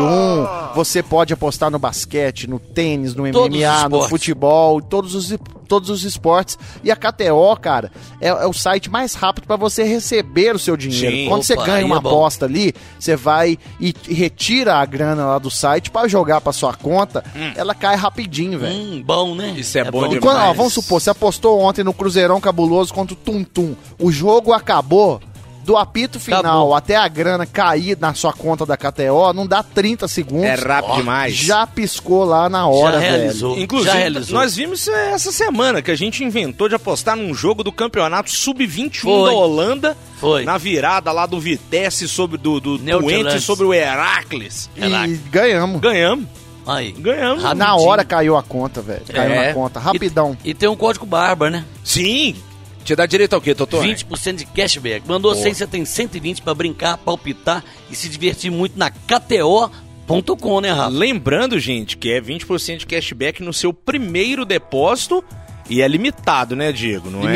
E: 21, você pode apostar no basquete, no tênis, no
B: Todos os
E: MMA, no
B: esportes.
E: futebol, todos os, todos os esportes. E a KTO, cara, é, é o site mais rápido pra você receber o seu dinheiro.
D: Sim.
E: Quando você
B: Opa, aí
E: ganha uma
B: é bom.
E: aposta ali, você vai e, e retira a grana lá do site pra jogar pra sua conta, ela cai rapidinho, velho.
B: Hum, bom, né?
D: Isso é bom
E: E
D: demais.
E: quando, ó, vamos supor, você apostou ontem no Cruzeirão Cabuloso contra o Tum Tum. O jogo acabou do apito final
B: Acabou.
E: até a grana cair na sua conta da KTO, não dá 30 segundos.
D: É rápido
E: Ó,
D: demais.
E: Já piscou lá na hora,
B: Já
E: velho.
B: realizou.
D: Inclusive,
B: já realizou.
D: nós vimos é, essa semana que a gente inventou de apostar num jogo do campeonato sub-21
B: Foi.
D: da Holanda.
B: Foi.
D: Na virada lá do Vitesse sobre do, do
B: Neutralante.
D: Twente sobre o Heracles.
E: E ganhamos.
D: Ganhamos.
B: Aí.
D: Ganhamos.
B: Rápido.
E: Na
B: Rapidinho.
E: hora caiu a conta, velho. Caiu
D: Tá É.
E: na conta, rapidão.
B: E tem um código barba, né?
D: Sim. Te dá direito ao quê, Totó?
B: 20% de cashback. Mandou 100, você tem 120 pra brincar, palpitar e se divertir muito na KTO.com, né, Rafa?
D: Lembrando, gente, que é 20% de cashback no seu primeiro depósito e é limitado, né, Diego? Não é...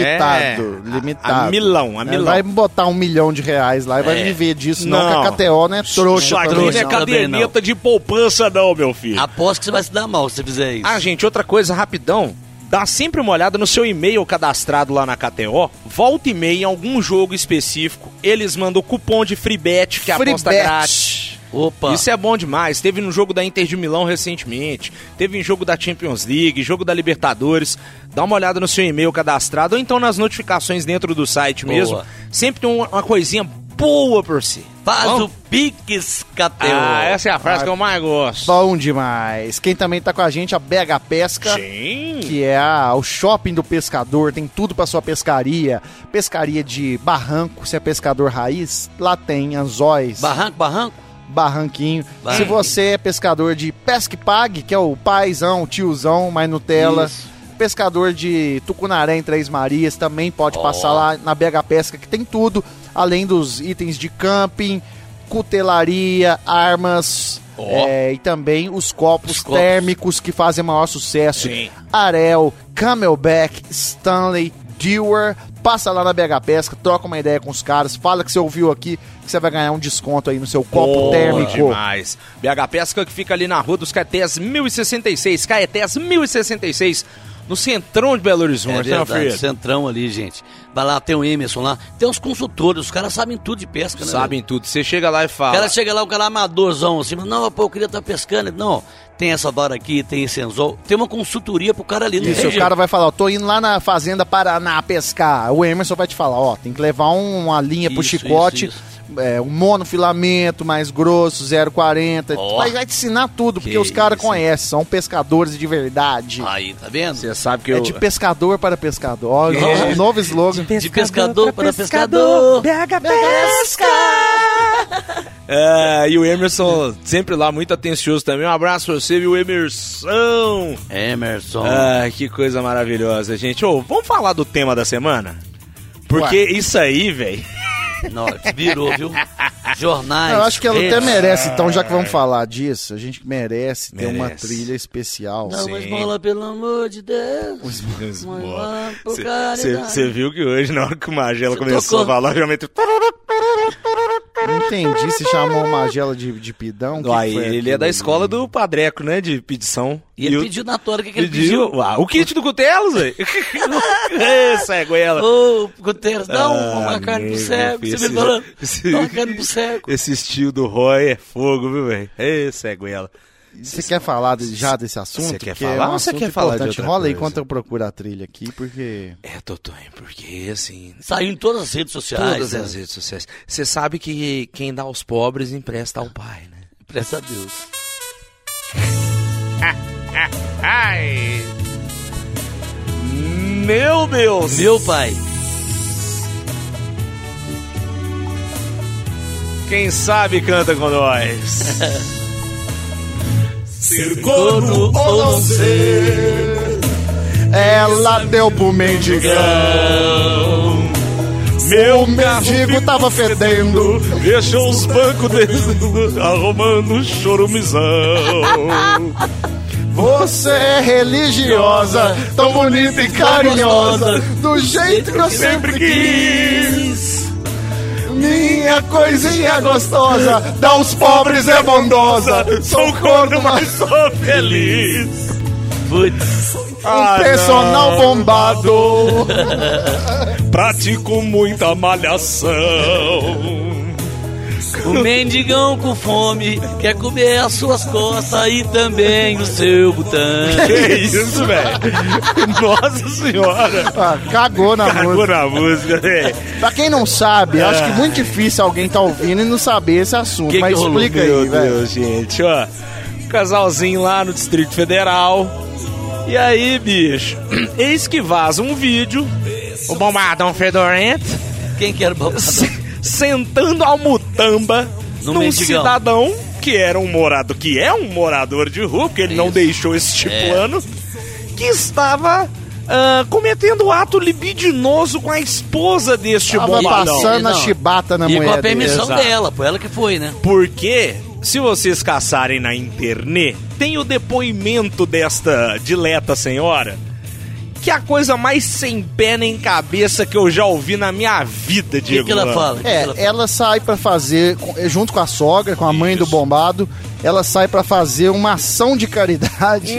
E: Limitado, limitado.
D: A, a milão, a
E: É,
D: milão. É.
E: Vai botar um milhão de reais lá e vai viver disso, não,
D: Não.
E: que a KTO não é
D: Isso
E: trouxa
D: aqui
E: também,
D: não é
E: não.
B: Também não.
D: caderneta de poupança não, meu filho.
B: Aposto que você vai se dar mal se você fizer isso.
D: Ah, gente, outra coisa, rapidão. Dá sempre uma olhada no seu e-mail cadastrado lá na KTO. Volta e meia em algum jogo específico. Eles mandam o cupom de free bet, que é
E: Free
D: aposta
E: bet.
D: grátis.
B: Opa.
D: Isso é bom demais. Teve no jogo da Inter de Milão recentemente, teve em jogo da Champions League, jogo da Libertadores. Dá uma olhada no seu e-mail cadastrado ou então nas notificações dentro do site
B: Boa.
D: mesmo. Sempre tem uma, uma coisinha boa por si.
B: Faz
D: Bom?
B: o Pix, Cateu.
D: Ah, essa é a frase que eu mais gosto.
E: Bom demais. Quem também tá com a gente, a BH Pesca.
D: Sim.
E: que é a- o shopping do pescador, tem tudo pra sua pescaria. Pescaria de barranco, se é pescador raiz, lá tem anzóis,
B: Barranco, barranco.
E: barranquinho. Se
B: Barranquinho.
E: você é pescador de pesca e pague, que é o paizão, o tiozão, mais Nutella.
B: Isso.
E: Pescador de Tucunaré em Três Marias também pode
B: Ó.
E: passar lá na BH Pesca, que tem tudo, além dos itens de camping, cutelaria, armas
D: Ó.
E: é, e também os copos,
B: Os copos.
E: térmicos que fazem maior sucesso.
D: Sim.
E: Arel, Camelback, Stanley, Dewar. Passa lá na BH Pesca, troca uma ideia com os caras, fala que você ouviu aqui, que você vai ganhar um desconto aí no seu copo
D: Bom
E: térmico.
D: Demais. BH Pesca que fica ali na rua dos Caetés 1066. Caetés 1066, no centrão de Belo
B: É
D: Horizonte, né,
B: verdade,
D: Alfredo?
B: centrão ali, gente. Vai lá, tem o Emerson lá. Tem os consultores, os caras sabem tudo de
E: É
B: pesca, né?
D: Sabem tudo. Você chega lá e
B: O
D: fala.
B: cara chega lá, o cara amadorzão assim, mas não, pô, eu queria estar pescando. Não, tem essa vara aqui, tem esse anzol, tem uma consultoria pro cara ali. não
E: E se
B: tem
E: o
B: jeito.
E: cara vai falar, ó, tô indo lá na Fazenda Paraná pescar, o Emerson vai te falar, ó, tem que levar um- uma linha pro
B: Isso,
E: chicote,
B: isso,
E: é, um monofilamento mais grosso, 0,40.
B: Ó.
E: Vai, vai te ensinar tudo, porque
B: Que
E: os caras
B: isso, hein?
E: conhecem, são pescadores de verdade.
B: Aí, tá vendo?
D: Você sabe Ah, que
E: é
D: eu...
E: de pescador para pescador. Ó,
B: É.
E: novo- novo slogan.
B: De pescador para pescador.
F: BH Pesca!
D: É, e o Emerson, sempre lá, muito atencioso também. Um abraço pra você, viu, Emerson?
B: Emerson.
D: Ah, que coisa maravilhosa, gente. Ô, vamos falar do tema da semana? Porque isso aí, velho.
B: Não, virou, viu? Jornais.
E: Ah, Eu acho que ela até
B: redes.
E: merece, então, já que vamos falar disso, a gente merece, ter uma
D: É. Merece.
E: trilha especial.
B: Não, mas
D: Sim.
B: bola, pelo amor de Deus. Mas bola, por caridade.
D: Você viu que hoje, na hora que o Magela
B: Cê
D: começou
B: tocou.
D: a falar, já meteu.
E: Não entendi se chamou Magela de, de pidão. que
D: Aí,
E: foi
D: ele
E: aquilo
D: é da
E: ali?
D: escola do Padreco, né? De pedição.
B: E ele
D: o-
B: pediu na tora, o que, que ele
D: pediu.
B: pediu?
D: Ah, o kit do Cutelos, velho. Essa é goela.
B: Ô, Guterres, dá
D: Ah,
B: uma carne pro
D: amigo,
B: cego.
D: filho,
B: Você
D: esse-
B: me falando?
D: esse-
B: Dá uma carne pro cego.
D: Esse estilo do Roy é fogo, viu, velho? Essa é goela.
E: Você quer falar de- já desse assunto?
D: Você quer
E: Porque
D: falar ou
E: um
D: você
E: assunto
D: quer falar de
E: importante.
D: outra
E: Rola aí
D: coisa?
E: enquanto eu procuro a trilha aqui, porque...
D: É, Totonho, porque assim.
B: Saiu em todas as redes sociais.
D: Todas
B: né?
D: as redes sociais. Você sabe que quem dá aos pobres empresta ao pai, né?
B: Presta a Deus.
D: Ai! Meu Deus!
B: Meu pai.
D: Quem sabe canta com nós.
B: Corno ou não sei.
E: Ela deu pro mendigão. Meu mendigo tava fedendo.
C: Deixou os bancos des- arrumando chorumizão.
E: Você é religiosa, tão bonita e carinhosa, do jeito que eu sempre quis. Minha coisinha gostosa, dá aos pobres é bondosa, sou o corno mais
C: Tô feliz.
D: Ah,
E: um personal bombado.
C: Pratico muita malhação.
B: O mendigão com fome quer comer as suas costas e também o seu botão.
D: Que isso, velho? Nossa senhora!
E: Ah, cagou na
D: Cagou na música, né? velho.
E: Pra quem não sabe, eu acho que é muito difícil alguém tá ouvindo e não saber esse assunto,
B: Que que
E: mas
B: rolou?
E: explica
D: Meu
E: aí, velho.
D: Deus, gente, ó. Um Casalzinho lá no Distrito Federal. E aí, bicho? Eis que vaza um vídeo. O bombadão fedorento.
B: Quem quer babado?
D: se- sentando a mutamba
B: No
D: num
B: mendigão.
D: cidadão que era um morado, que é um morador de rua, porque ele não deixou este
B: É.
D: plano, que estava ah, cometendo ato libidinoso com a esposa deste
E: Tava
D: bombadão.
E: passando a
B: então, Não.
E: chibata na
B: E com
E: mulher
B: a permissão
E: dele.
B: dela, pô, ela que foi, né?
D: Porque, se vocês caçarem na internet, tem o depoimento desta dileta senhora, que é a coisa mais sem pé nem cabeça que eu já ouvi na minha vida,
B: O que,
D: Diego.
B: que ela
D: Lano.
B: fala? O que que ela
E: É,
B: fala?
E: ela sai pra fazer, com- junto com a sogra, com a mãe do bombado, ela sai pra fazer uma ação de caridade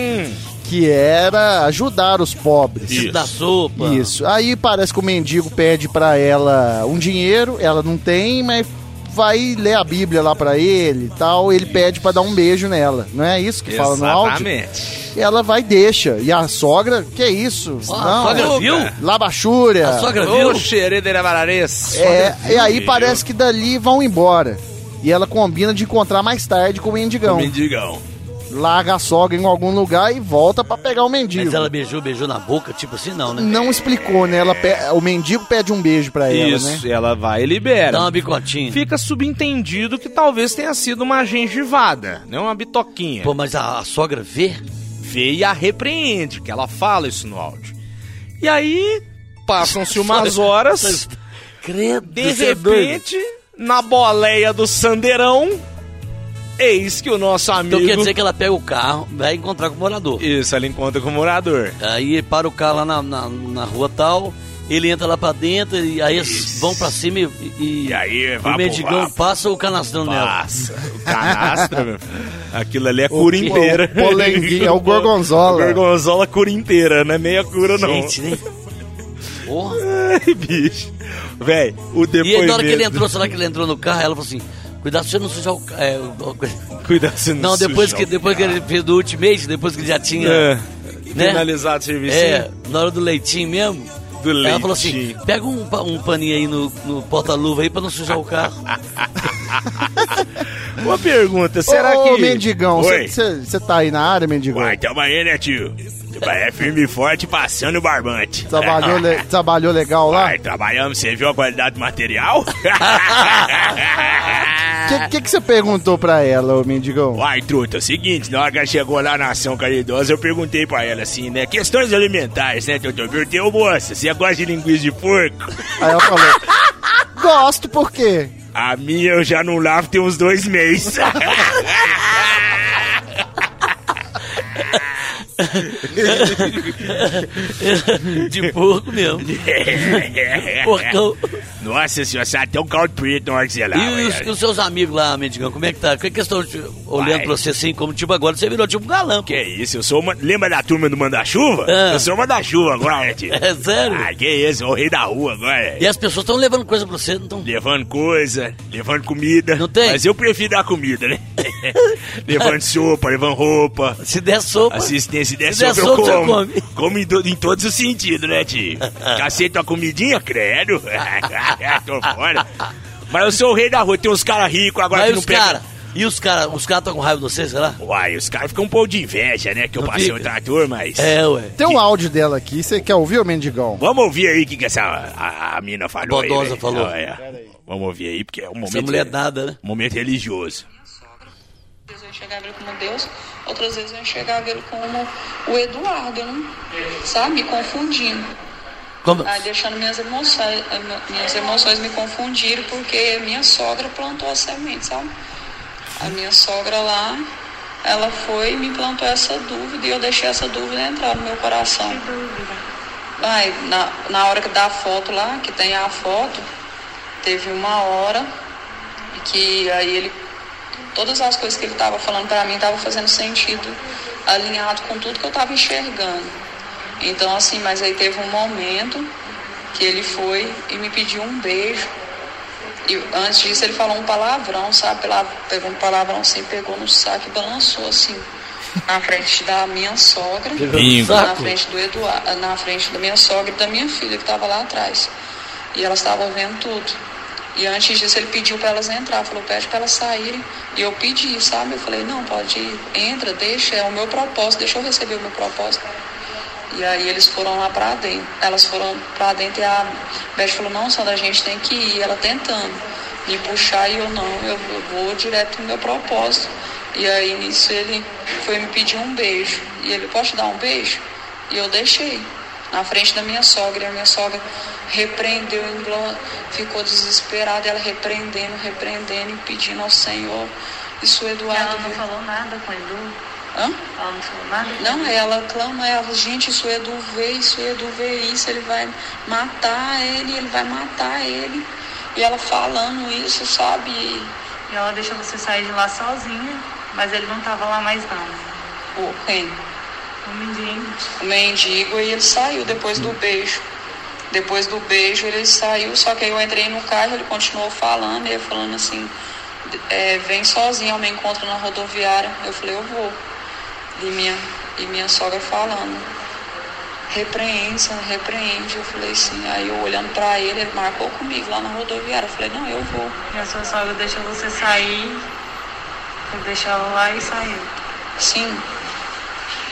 E: que era ajudar os pobres.
B: Hum.
D: é
B: Isso. Da sopa.
E: Isso. Aí parece que o mendigo pede pra ela um dinheiro, ela não tem, mas vai ler a Bíblia lá pra ele e tal, ele pede pra dar um beijo nela. Não é isso que fala no áudio?
D: Exatamente.
E: E ela vai e deixa. E a sogra, que é isso? é
B: Ó, Ah, a sogra viu?
E: Labachúria.
B: A sogra viu?
D: Ô, xeredeira bararês.
E: É, e aí
D: viu?
E: parece que dali vão embora. E ela combina de encontrar mais tarde com o mendigão.
D: Mendigão.
E: Larga a sogra em algum lugar e volta pra pegar o mendigo.
B: Mas ela beijou, beijou na boca, tipo assim, não, né?
E: Não explicou, né? Ela pe- O mendigo pede um beijo pra ela, né?
D: Isso, ela vai e libera.
B: Dá uma bicotinha.
D: Fica subentendido que talvez tenha sido uma gengivada, né? Uma bitoquinha.
B: Pô, mas a, a sogra vê?
D: Vê e a repreende, que ela fala isso no áudio. E aí, passam-se umas horas,
B: Credo,
D: de
B: você é doido.
D: repente, na boleia do Sandeirão, eis que o nosso amigo...
B: Então quer dizer que ela pega o carro, vai encontrar com o morador.
D: Isso, ela encontra com o morador.
B: Aí para o carro lá na, na, na rua tal, ele entra lá pra dentro, e aí eles vão pra cima e, e-
D: E aí,
B: o
D: vá
B: mendigão passa o canastrão nela.
D: Passa. O canastra, meu. Aquilo ali é cura
E: que-
D: inteira.
E: o polenguinho, é o gorgonzola.
D: O É gorgonzola cura inteira, não é meia cura, não.
B: Gente, né? Porra.
D: Ai, bicho. Véi, o
B: E aí,
D: depoimento...
B: na hora que ele entrou, será que ele entrou no carro? Ela falou assim: Cuidado pra você não sujar o carro. É, o-
D: Cuidado se não
B: não, depois,
D: sujar
B: que,
D: o
B: depois que ele fez do ultimate, depois que ele já tinha.
D: É.
B: Né?
D: Finalizado o serviço.
B: É, na hora do leitinho mesmo.
D: Do
B: Ela falou assim:
D: leitinho.
B: pega um, pa- um paninho aí no, no porta-luva aí pra não sujar o carro.
D: Uma pergunta, será
E: Ô,
D: que...
E: ô, mendigão,
D: Oi.
E: você tá aí na área, mendigão?
D: Uai, tamo aí, né, tio? É firme e forte, passando o barbante.
E: Trabalhou, le- trabalhou legal lá?
D: Uai, trabalhamos, você viu a qualidade do material?
E: O que você perguntou pra ela, ô mendigão?
D: Uai, truta, é o seguinte, na hora que ela chegou lá na Ação Caridosa, eu perguntei pra ela assim, né? Questões alimentares, né, doutor? Perguntei, ô moça, você gosta de linguiça de porco?
E: Aí ela falou: Gosto, por quê?
D: A minha eu já não lavo tem uns dois meses.
B: De porco mesmo. Porcão.
D: Nossa senhora, sai até um caldo preto na hora que você lava.
B: E os, e os seus amigos lá, mendigão, como é que tá? Que que estão te- olhando
D: Uai.
B: pra você assim, como tipo agora? Você virou tipo um galã.
D: Que isso, eu sou uma... Lembra da turma do Manda-Chuva?
B: Ah.
D: Eu sou o Manda-Chuva agora, né, tio?
B: É sério?
D: Ah, que isso, eu sou o rei da rua agora. é.
B: E as pessoas estão levando coisa pra você, não estão.
D: Levando coisa, levando comida.
B: Não tem?
D: Mas eu prefiro dar comida, né? levando sopa, levando roupa.
B: Se der sopa. Se
D: Assistência dessa
B: der
D: sopa eu
B: sopa, você
D: como.
B: come.
D: Como em, do- em todos os sentidos, né, tio? Aceito a comidinha? Credo. Tô fora. Mas eu sou o rei da rua, tem uns caras ricos agora
B: Aí
D: que não
B: os
D: pegam.
B: caras. E os caras, os caras estão com raiva de você, sei lá?
D: Uai, os caras ficam um pouco de inveja, né? Que eu
B: Não
D: passei
B: fica?
D: outra turma, mas.
B: É, ué.
E: Tem um áudio dela aqui, você quer ouvir, ô mendigão?
D: Vamos ouvir aí o que, que essa a, a mina falou. aí,
B: Bodosa
D: velho.
B: falou.
D: Ah, é. Vamos ouvir aí, porque é um momento.
B: Essa mulher nada, né?
D: Momento religioso.
H: Às vezes eu enxergava ele como Deus, outras vezes eu enxergava ele como o Eduardo, eu não- sabe? Me confundindo.
B: Como?
H: Aí deixando minhas emoções, eh, mi- minhas emoções me confundirem, porque minha sogra plantou a semente, sabe? A minha sogra lá, ela foi e me plantou essa dúvida e eu deixei essa dúvida entrar no meu coração. Que dúvida? Aí, na, na hora que dá a foto lá, que tem a foto, teve uma hora que aí ele todas as coisas que ele estava falando para mim estavam fazendo sentido alinhado com tudo que eu estava enxergando. Então assim, mas aí teve um momento que ele foi e me pediu um beijo. E antes disso ele falou um palavrão, sabe? Pela- Pegou um palavrão assim, pegou no saco e balançou assim. Na frente da minha sogra,
B: Bingo.
H: na frente do Eduardo, na frente da minha sogra e da minha filha que estava lá atrás. E elas estavam vendo tudo. E antes disso ele pediu para elas entrar, falou, pede para elas saírem. E eu pedi, sabe? Eu falei, não, pode ir, entra, deixa, é o meu propósito, deixa eu receber o meu propósito. E aí eles foram lá para dentro. Elas foram para dentro e a Beth falou, não, Sandra, a gente tem que ir. Ela tentando me puxar e eu não, eu vou vou direto no meu propósito. E aí nisso ele foi me pedir um beijo. E ele, posso te dar um beijo? E eu deixei na frente da minha sogra. E a minha sogra repreendeu, englo- ficou desesperada, ela repreendendo, repreendendo, e pedindo ao Senhor. Isso o Eduardo.
I: Ela não falou nada com o Edu?
H: Hã?
I: Ela não falou nada?
H: Não, ela clama, ela, gente, isso o Edu vê, isso o Edu vê isso, ele vai matar ele, ele vai matar ele. E ela falando isso, sabe? E
I: E ela deixou você sair de lá sozinha, mas ele não tava lá mais não.
H: o, quem?
I: O mendigo.
H: O mendigo, e ele saiu depois do beijo. Depois do beijo ele saiu, só que aí eu entrei no carro, ele continuou falando, ele falando assim, é, vem sozinho, eu me encontro na rodoviária. Eu falei, eu vou. E minha, e minha sogra falando, repreende, repreende. Eu falei assim, aí eu olhando pra ele, ele marcou comigo lá na rodoviária. Eu falei, não, eu vou.
I: E a sua sogra deixou você sair, ele deixou ela lá e saiu.
H: Sim.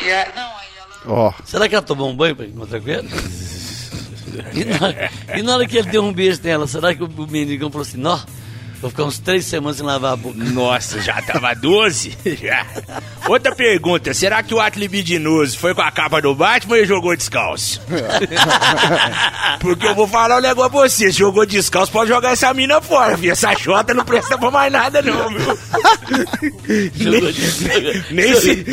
H: E aí, não, aí ela.
E: Ó,
B: Será que ela tomou um banho pra encontrar com ele? E na, e na hora que ele deu um beijo nela, será que o menino falou assim, nó, vou ficar uns três semanas sem lavar a boca?
C: Nossa, já tava 12? Já. Outra pergunta, será que o ato libidinoso foi com a capa do Batman e jogou descalço? Porque eu vou falar um negócio pra você, se jogou descalço, pode jogar essa mina fora, viu? Essa xota não presta pra mais nada não, viu?
B: Jogou descalço.
C: Nem se,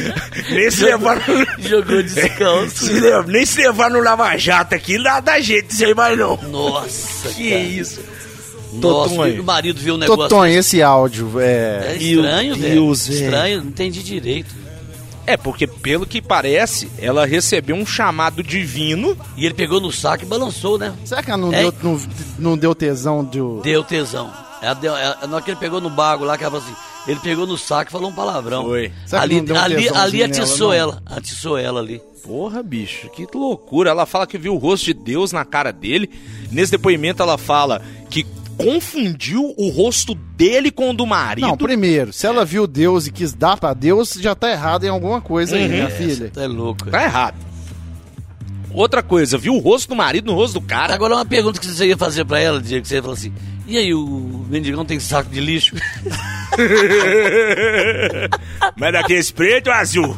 C: nem se levar no...
B: Jogou descalço.
C: se le- nem se levar no Lava Jato aqui, nada jeito, sem mais não.
B: Nossa,
C: Que
B: cara.
C: isso?
B: Nossa,
E: Totonho.
B: o marido viu o negócio.
E: Totonho, esse áudio,
B: É
E: é...
B: estranho,
E: Meu
B: velho.
E: Deus, velho.
B: Estranho, não entendi direito.
D: É, porque pelo que parece, ela recebeu um chamado divino.
B: E ele pegou no saco e balançou, né?
E: Será que ela não,
B: É.
E: deu, não, não deu tesão de... o-
B: Deu tesão. Ela deu, ela, na hora que ele pegou no bago lá, que ela falou assim, ele pegou no saco e falou um palavrão.
D: Foi.
E: Será que
B: Ali,
E: não deu um
B: ali,
E: tesãozinho
B: ali atiçou
E: nela,
B: ela. Atiçou ela ali.
D: Porra, bicho, que loucura. Ela fala que viu o rosto de Deus na cara dele. Nesse depoimento, ela fala que confundiu o rosto dele com o do marido.
E: Não, primeiro, se ela viu Deus e quis dar pra Deus, já tá errado em alguma coisa aí, minha filha.
B: Tá louco.
D: Tá errado. Outra coisa, viu o rosto do marido no rosto do cara.
B: Agora uma pergunta que você ia fazer pra ela, Diego, que você ia falar assim, e aí, o mendigão tem saco de lixo?
C: Mas daqueles preto ou azul?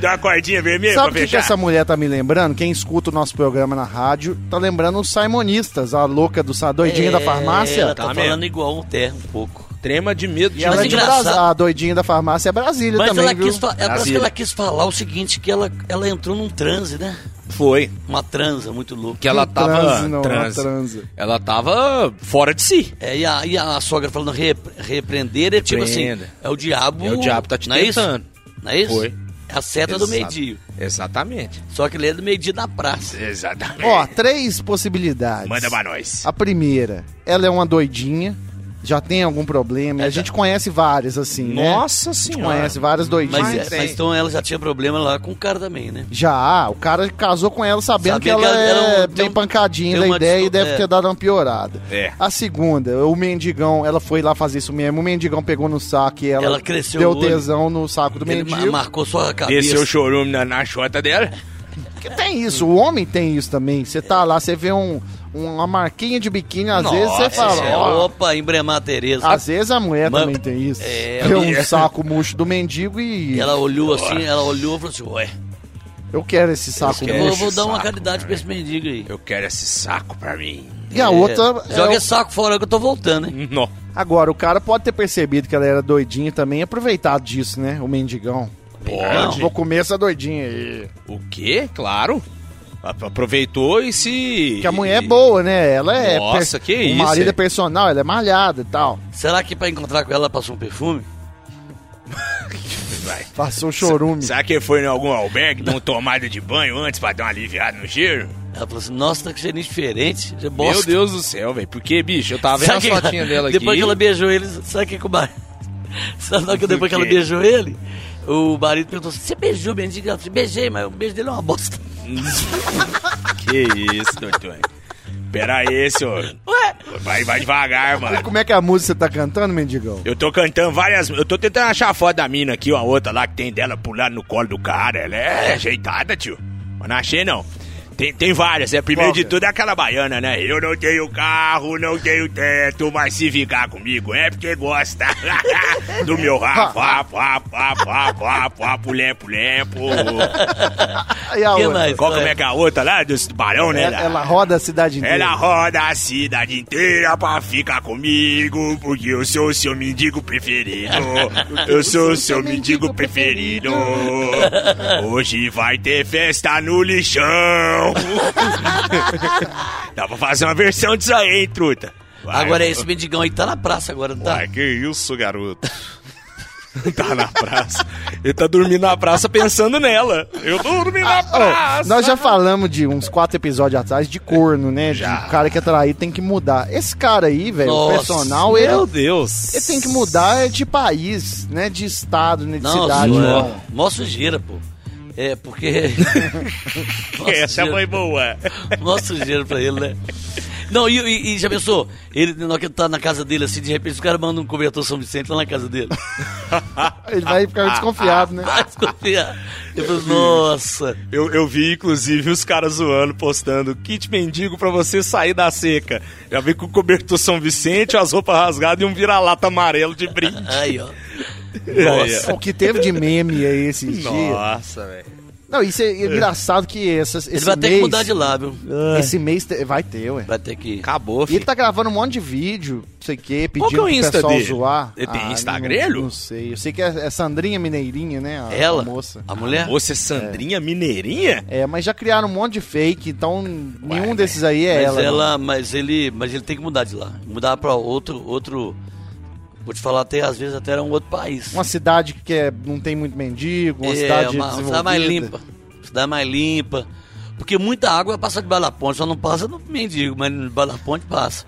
C: Dá uma cordinha vermelha
E: Sabe o
C: pra
E: que, que
C: fechar?
E: essa mulher tá me lembrando? Quem escuta o nosso programa na rádio tá lembrando os Simonistas, a louca do sa- doidinha é da farmácia.
B: Ela tá,
D: Tá mesmo.
B: falando igual um terra, um pouco.
D: Trema de medo de
E: E ela
B: Mas
E: é de
B: engraçado.
E: Brasa- a doidinha da farmácia é Brasília
B: Mas
E: também,
B: ela
E: viu?
B: quis, fa- ela, parece que
D: Brasília.
B: ela quis falar o seguinte, que ela, ela entrou num transe, né?
D: Foi.
B: Uma transa muito louca.
D: Que ela tá tava.
E: transe, não,
D: transe.
E: uma transe.
D: Ela tava fora de si.
B: É, e, a, e a sogra falando repre- repreender é tipo assim,
D: Repreenda.
B: é o diabo.
D: É o diabo tá te
B: não é isso?
D: tentando.
B: Não é isso?
D: Foi.
B: É a seta do
D: Exato.
B: meio-dia.
D: Exatamente.
B: Só que ele é do meio-dia da praça.
C: Exatamente.
B: É.
E: Ó, três possibilidades.
C: Manda pra nós.
E: A primeira, ela é uma doidinha, já tem algum problema.
B: É,
E: e a
B: tá.
E: gente conhece várias, assim, né?
D: Nossa
E: A gente
D: senhora.
E: conhece
B: Mas,
E: várias doidinhas.
B: é- mas então ela já tinha problema lá com o cara também, né?
E: Já, ah, o cara casou com ela sabendo
B: Sabia
E: que ela,
B: que ela era um-
E: é
B: tem
E: bem
B: um-
E: pancadinha
B: tem
E: da
B: uma
E: ideia e
B: discu-
E: deve
B: é.
E: ter dado uma piorada.
C: É.
E: A segunda, o mendigão, ela foi lá fazer isso mesmo, o mendigão pegou no saco e ela,
B: Ela cresceu
E: deu
B: o olho.
E: tesão no saco do
B: Ele
E: mendigo.
B: ma- marcou sua cabeça.
C: Desceu é o chorume na, na xota dela.
E: Porque tem isso, o homem tem isso também. Você tá lá, você vê um, uma marquinha de biquíni, às vezes você fala,
B: É,
E: ó,
B: opa, embremar a Tereza. assim,
E: às vezes a mulher
B: Mas-
E: também tem isso.
B: É,
E: vê
B: é.
E: um saco murcho do mendigo e
B: E ela olhou assim, ela olhou e falou assim, ué,
E: eu quero esse saco
B: eu
E: murcho.
B: vou, vou dar uma
C: saco,
B: caridade pra esse mendigo aí.
C: Eu quero esse saco pra mim.
E: E a outra
B: É,
E: é
B: joga
E: o-
B: esse saco fora que eu tô voltando, hein?
D: Nó.
E: Agora, o cara pode ter percebido que ela era doidinha também e aproveitado disso, né? O mendigão.
B: Não.
E: Vou comer essa doidinha aí.
D: O quê? Claro. A- Aproveitou e se.
E: Porque a mulher é boa, né? Ela é.
D: Nossa, que
E: O
D: isso,
E: marido
D: hein?
E: é personal, ela é malhada e tal.
B: Será que pra encontrar com ela ela passou um perfume?
E: Passou um chorume.
C: Será que ele foi em algum albergue, dar uma tomada de banho antes pra dar uma aliviada no cheiro?
B: Ela falou assim, nossa, tá com cheirinho diferente. Você
D: Meu
B: bosta.
D: Deus do céu, velho. Porque, bicho, eu tava vendo
B: Sabe
D: as
B: que-
D: fotinhas dela aqui.
B: Depois que ela beijou ele, sabe o que, que o marido. Sabe que depois que ela
C: quê?
B: beijou ele, o marido perguntou assim: Você beijou o mendigo? Ela disse: Beijei, mas o beijo dele é uma bosta.
C: Que isso, doutor. Pera aí, senhor.
B: Ué,
C: Vai, vai devagar,
E: E
C: mano.
E: como é que é a música que você tá cantando, mendigão?
C: Eu tô cantando várias. Eu tô tentando achar a foto da mina aqui, uma outra lá que tem dela pulando no colo do cara. Ela é ajeitada, tio. Mas não achei, não. Tem, tem várias, é. Primeiro
E: Qual
C: de
E: que é?
C: tudo é aquela baiana, né? Eu não tenho carro, não tenho teto, mas se ficar comigo é porque gosta do meu rabo. Rabo, rabo, rabo, rabo, rabo, rabo, lempo, lempo.
E: E a
B: Que
E: outra?
B: mais?
C: Qual como é que é a outra lá? Do barão, né?
E: Ela,
C: lá?
E: ela roda a cidade inteira.
C: Ela É roda a cidade inteira pra ficar comigo, porque eu sou o seu mendigo preferido. Eu sou o seu mendigo preferido. Hoje vai ter festa no lixão. Dá pra fazer uma versão disso aí, hein, truta? Vai.
B: agora é esse mendigão aí que tá na praça agora, não tá?
C: Uai, que isso, garoto.
D: tá na praça. Ele tá dormindo na praça pensando nela. Eu dormi na praça.
E: Nós já falamos de uns quatro episódios atrás de corno, né? De cara que é traído tem que mudar. Esse cara aí, velho, o
B: Nossa,
E: personal, ele,
D: Meu Deus.
E: ele tem que mudar de país, né? De estado, né? De
B: Não,
E: cidade,
B: zoeira.
E: não.
B: Mó sujeira, pô. É, porque. Mó
D: é
C: Essa
B: sujeira.
C: foi boa.
B: Mó sujeira pra ele, né? Não, e, e- e já pensou? Ele, na hora que ele tá na casa dele, assim, de repente, o cara manda um cobertor São Vicente lá na casa dele.
E: Ele vai ficar desconfiado, né?
B: Vai desconfiar. Ele falou, nossa.
D: Eu, eu vi, inclusive, os caras zoando, postando kit mendigo pra você sair da seca. Já vi com o cobertor São Vicente, as roupas rasgadas e um vira-lata amarelo de brinde.
B: Aí, ó.
D: Nossa.
E: O que teve de meme aí esses dias.
D: Nossa, velho.
E: Não, isso é engraçado que essas, esse
B: Ele vai
E: mês... Ah.
B: ter que mudar de lá, viu?
E: Esse mês te- vai ter, ué.
B: Vai ter que.
D: Acabou,
E: E
D: filho.
E: ele tá gravando um monte de vídeo, não sei o quê, pedindo
D: Qual que é o
E: pro
D: Insta
E: pessoal
D: dele?
E: zoar.
D: Ele tem
E: Ah,
D: Instagrelho?
E: Não, não sei. Eu sei que é, é Sandrinha Mineirinha, né? a-
B: Ela?
E: A moça.
B: A mulher?
D: Você é Sandrinha Mineirinha?
E: É, mas já criaram um monte de fake, então nenhum desses aí é
B: mas
E: ela.
B: ela,
E: não.
B: mas ele, mas ele tem que mudar de lá. Mudar pra outro, outro. Vou te falar até às vezes até era um outro país.
E: Uma cidade que é- não tem muito mendigo, uma cidade
B: É, uma
E: desenvolvida.
B: cidade mais limpa. Cidade mais limpa. Porque muita água passa de bala ponte, só não passa no mendigo, mas no bala ponte passa.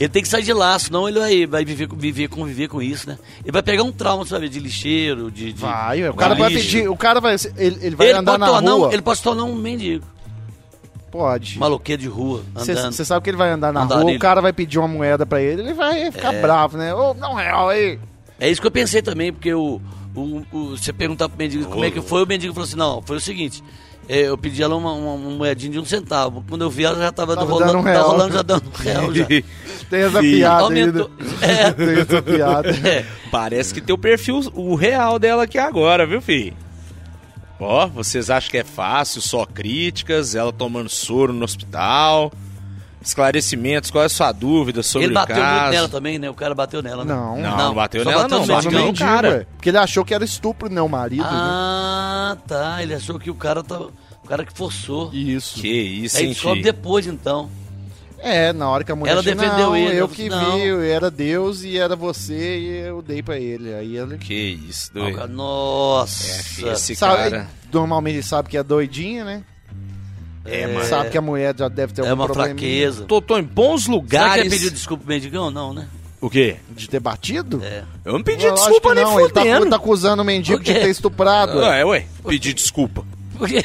B: Ele tem que sair de lá, senão ele vai, vai viver, com- viver, conviver com isso, né? Ele vai pegar um trauma, sabe, de lixeiro, de. de
E: Vai, ué, o
B: de
E: cara vai
B: lixo.
E: pedir, o cara vai, ele, ele vai
B: ele
E: andar
B: pode
E: na
B: tornar, um-
E: rua.
B: ele pode se tornar um mendigo, um
E: Pode.
B: maloqueiro de rua, andando.
E: Você sabe que ele vai andar na
B: Andarilho.
E: rua, o cara vai pedir uma moeda pra ele, ele vai ficar bravo, né? Ô, não real aí.
B: É isso que eu pensei também, porque o, o, o- você perguntar pro mendigo como é que foi, o mendigo falou assim, não, foi o seguinte, é, eu pedi ela uma, uma, uma moedinha de um centavo, quando eu vi ela já tava,
E: Tava
B: rolando,
E: dando um
B: tava
E: real.
B: rolando já dando um real já.
E: Tem essa piada
B: Aumentou.
E: ainda.
B: É.
E: Tem essa piada.
B: É,
D: Parece que tem o perfil, o real dela aqui agora, viu, filho? Ó, vocês acham que é fácil, só críticas, ela tomando soro no hospital, esclarecimentos, qual é a sua dúvida sobre
B: ele bateu
D: o
B: muito
D: caso?
B: nela também, né? O cara bateu nela, né?
E: Não.
D: Não, não bateu
B: só
D: nela
B: bateu
D: não,
B: no
E: Só no
D: Não,
B: mendigo.
E: mendigo,
D: cara.
E: ué. Porque ele achou que era estupro, né? O marido, né?
B: Ah, tá, ele achou que o cara tava, o cara que forçou.
E: Isso.
D: Que isso,
B: Aí
D: hein,
B: descobre
D: filho?
B: depois, então.
E: É, na hora que a mulher
B: Ela
E: tinha,
B: defendeu
E: não,
B: ele,
E: eu
B: eu
E: que
B: falei,
E: vi, eu era Deus e era você e eu dei pra ele. Aí ele...
D: Que isso,
B: Aí o cara,
D: doido.
B: Nossa.
D: É, Esse
E: Sabe-
D: cara...
E: normalmente ele sabe que é doidinha, né?
B: É,
E: Sabe que a mulher já deve ter
B: é
E: algum
B: uma
E: problema
B: fraqueza.
D: Tô, tô em bons
B: Será que ele
D: lugares.
B: pediu desculpa pro mendigão? Não, né?
D: O quê?
E: de ter batido?
B: É.
D: Eu não pedi
E: Eu acho
D: desculpa
E: que
D: nem
E: não, ele tá,
D: fudendo.
E: tá acusando o mendigo
B: Por quê?
E: de ter estuprado.
D: Não, é, ué, pedi desculpa.
B: Porque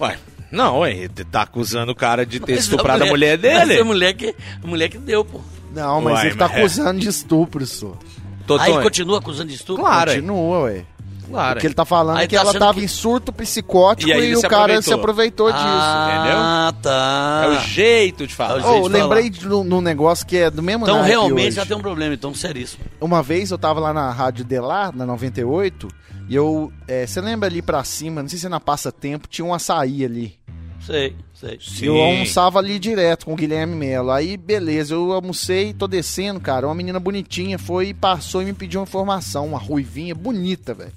D: Ué, não, ué, ele tá acusando o cara de ter
B: Mas
D: estuprado a mulher,
B: Mas a
D: dele.
B: mulher que, a mulher que deu, pô.
E: Não, mas
D: Uai,
E: ele tá
D: mas é.
E: acusando de estupro, isso.
B: Aí
D: Totonho,
B: continua acusando de estupro.
D: Claro, é.
E: Continua, ué.
D: claro. é.
E: Porque ele tá falando
B: Aí
E: que
B: tá
E: ela
B: achando
E: tava
B: que-
E: em surto psicótico
D: E
E: e,
D: aí ele
E: o
D: se
E: cara
D: aproveitou.
E: se aproveitou disso.
B: ah, tá.
D: É o jeito de
B: É
D: falar.
B: o
E: Ô,
B: jeito de
E: lembrei de um de um negócio que é do mesmo
B: Então
E: naipe
B: realmente
E: hoje.
B: já tem um problema, então seríssimo.
E: Uma vez eu tava lá na Rádio Delar, na 98, e eu. é, Você lembra ali pra cima, não sei se é na Passa Tempo, tinha um açaí ali.
B: Sei, sei.
E: E Eu almoçava ali direto com o Guilherme Melo. Aí, beleza, eu almocei, tô descendo, cara. Uma menina bonitinha foi e passou e me pediu uma informação, uma ruivinha bonita, velho.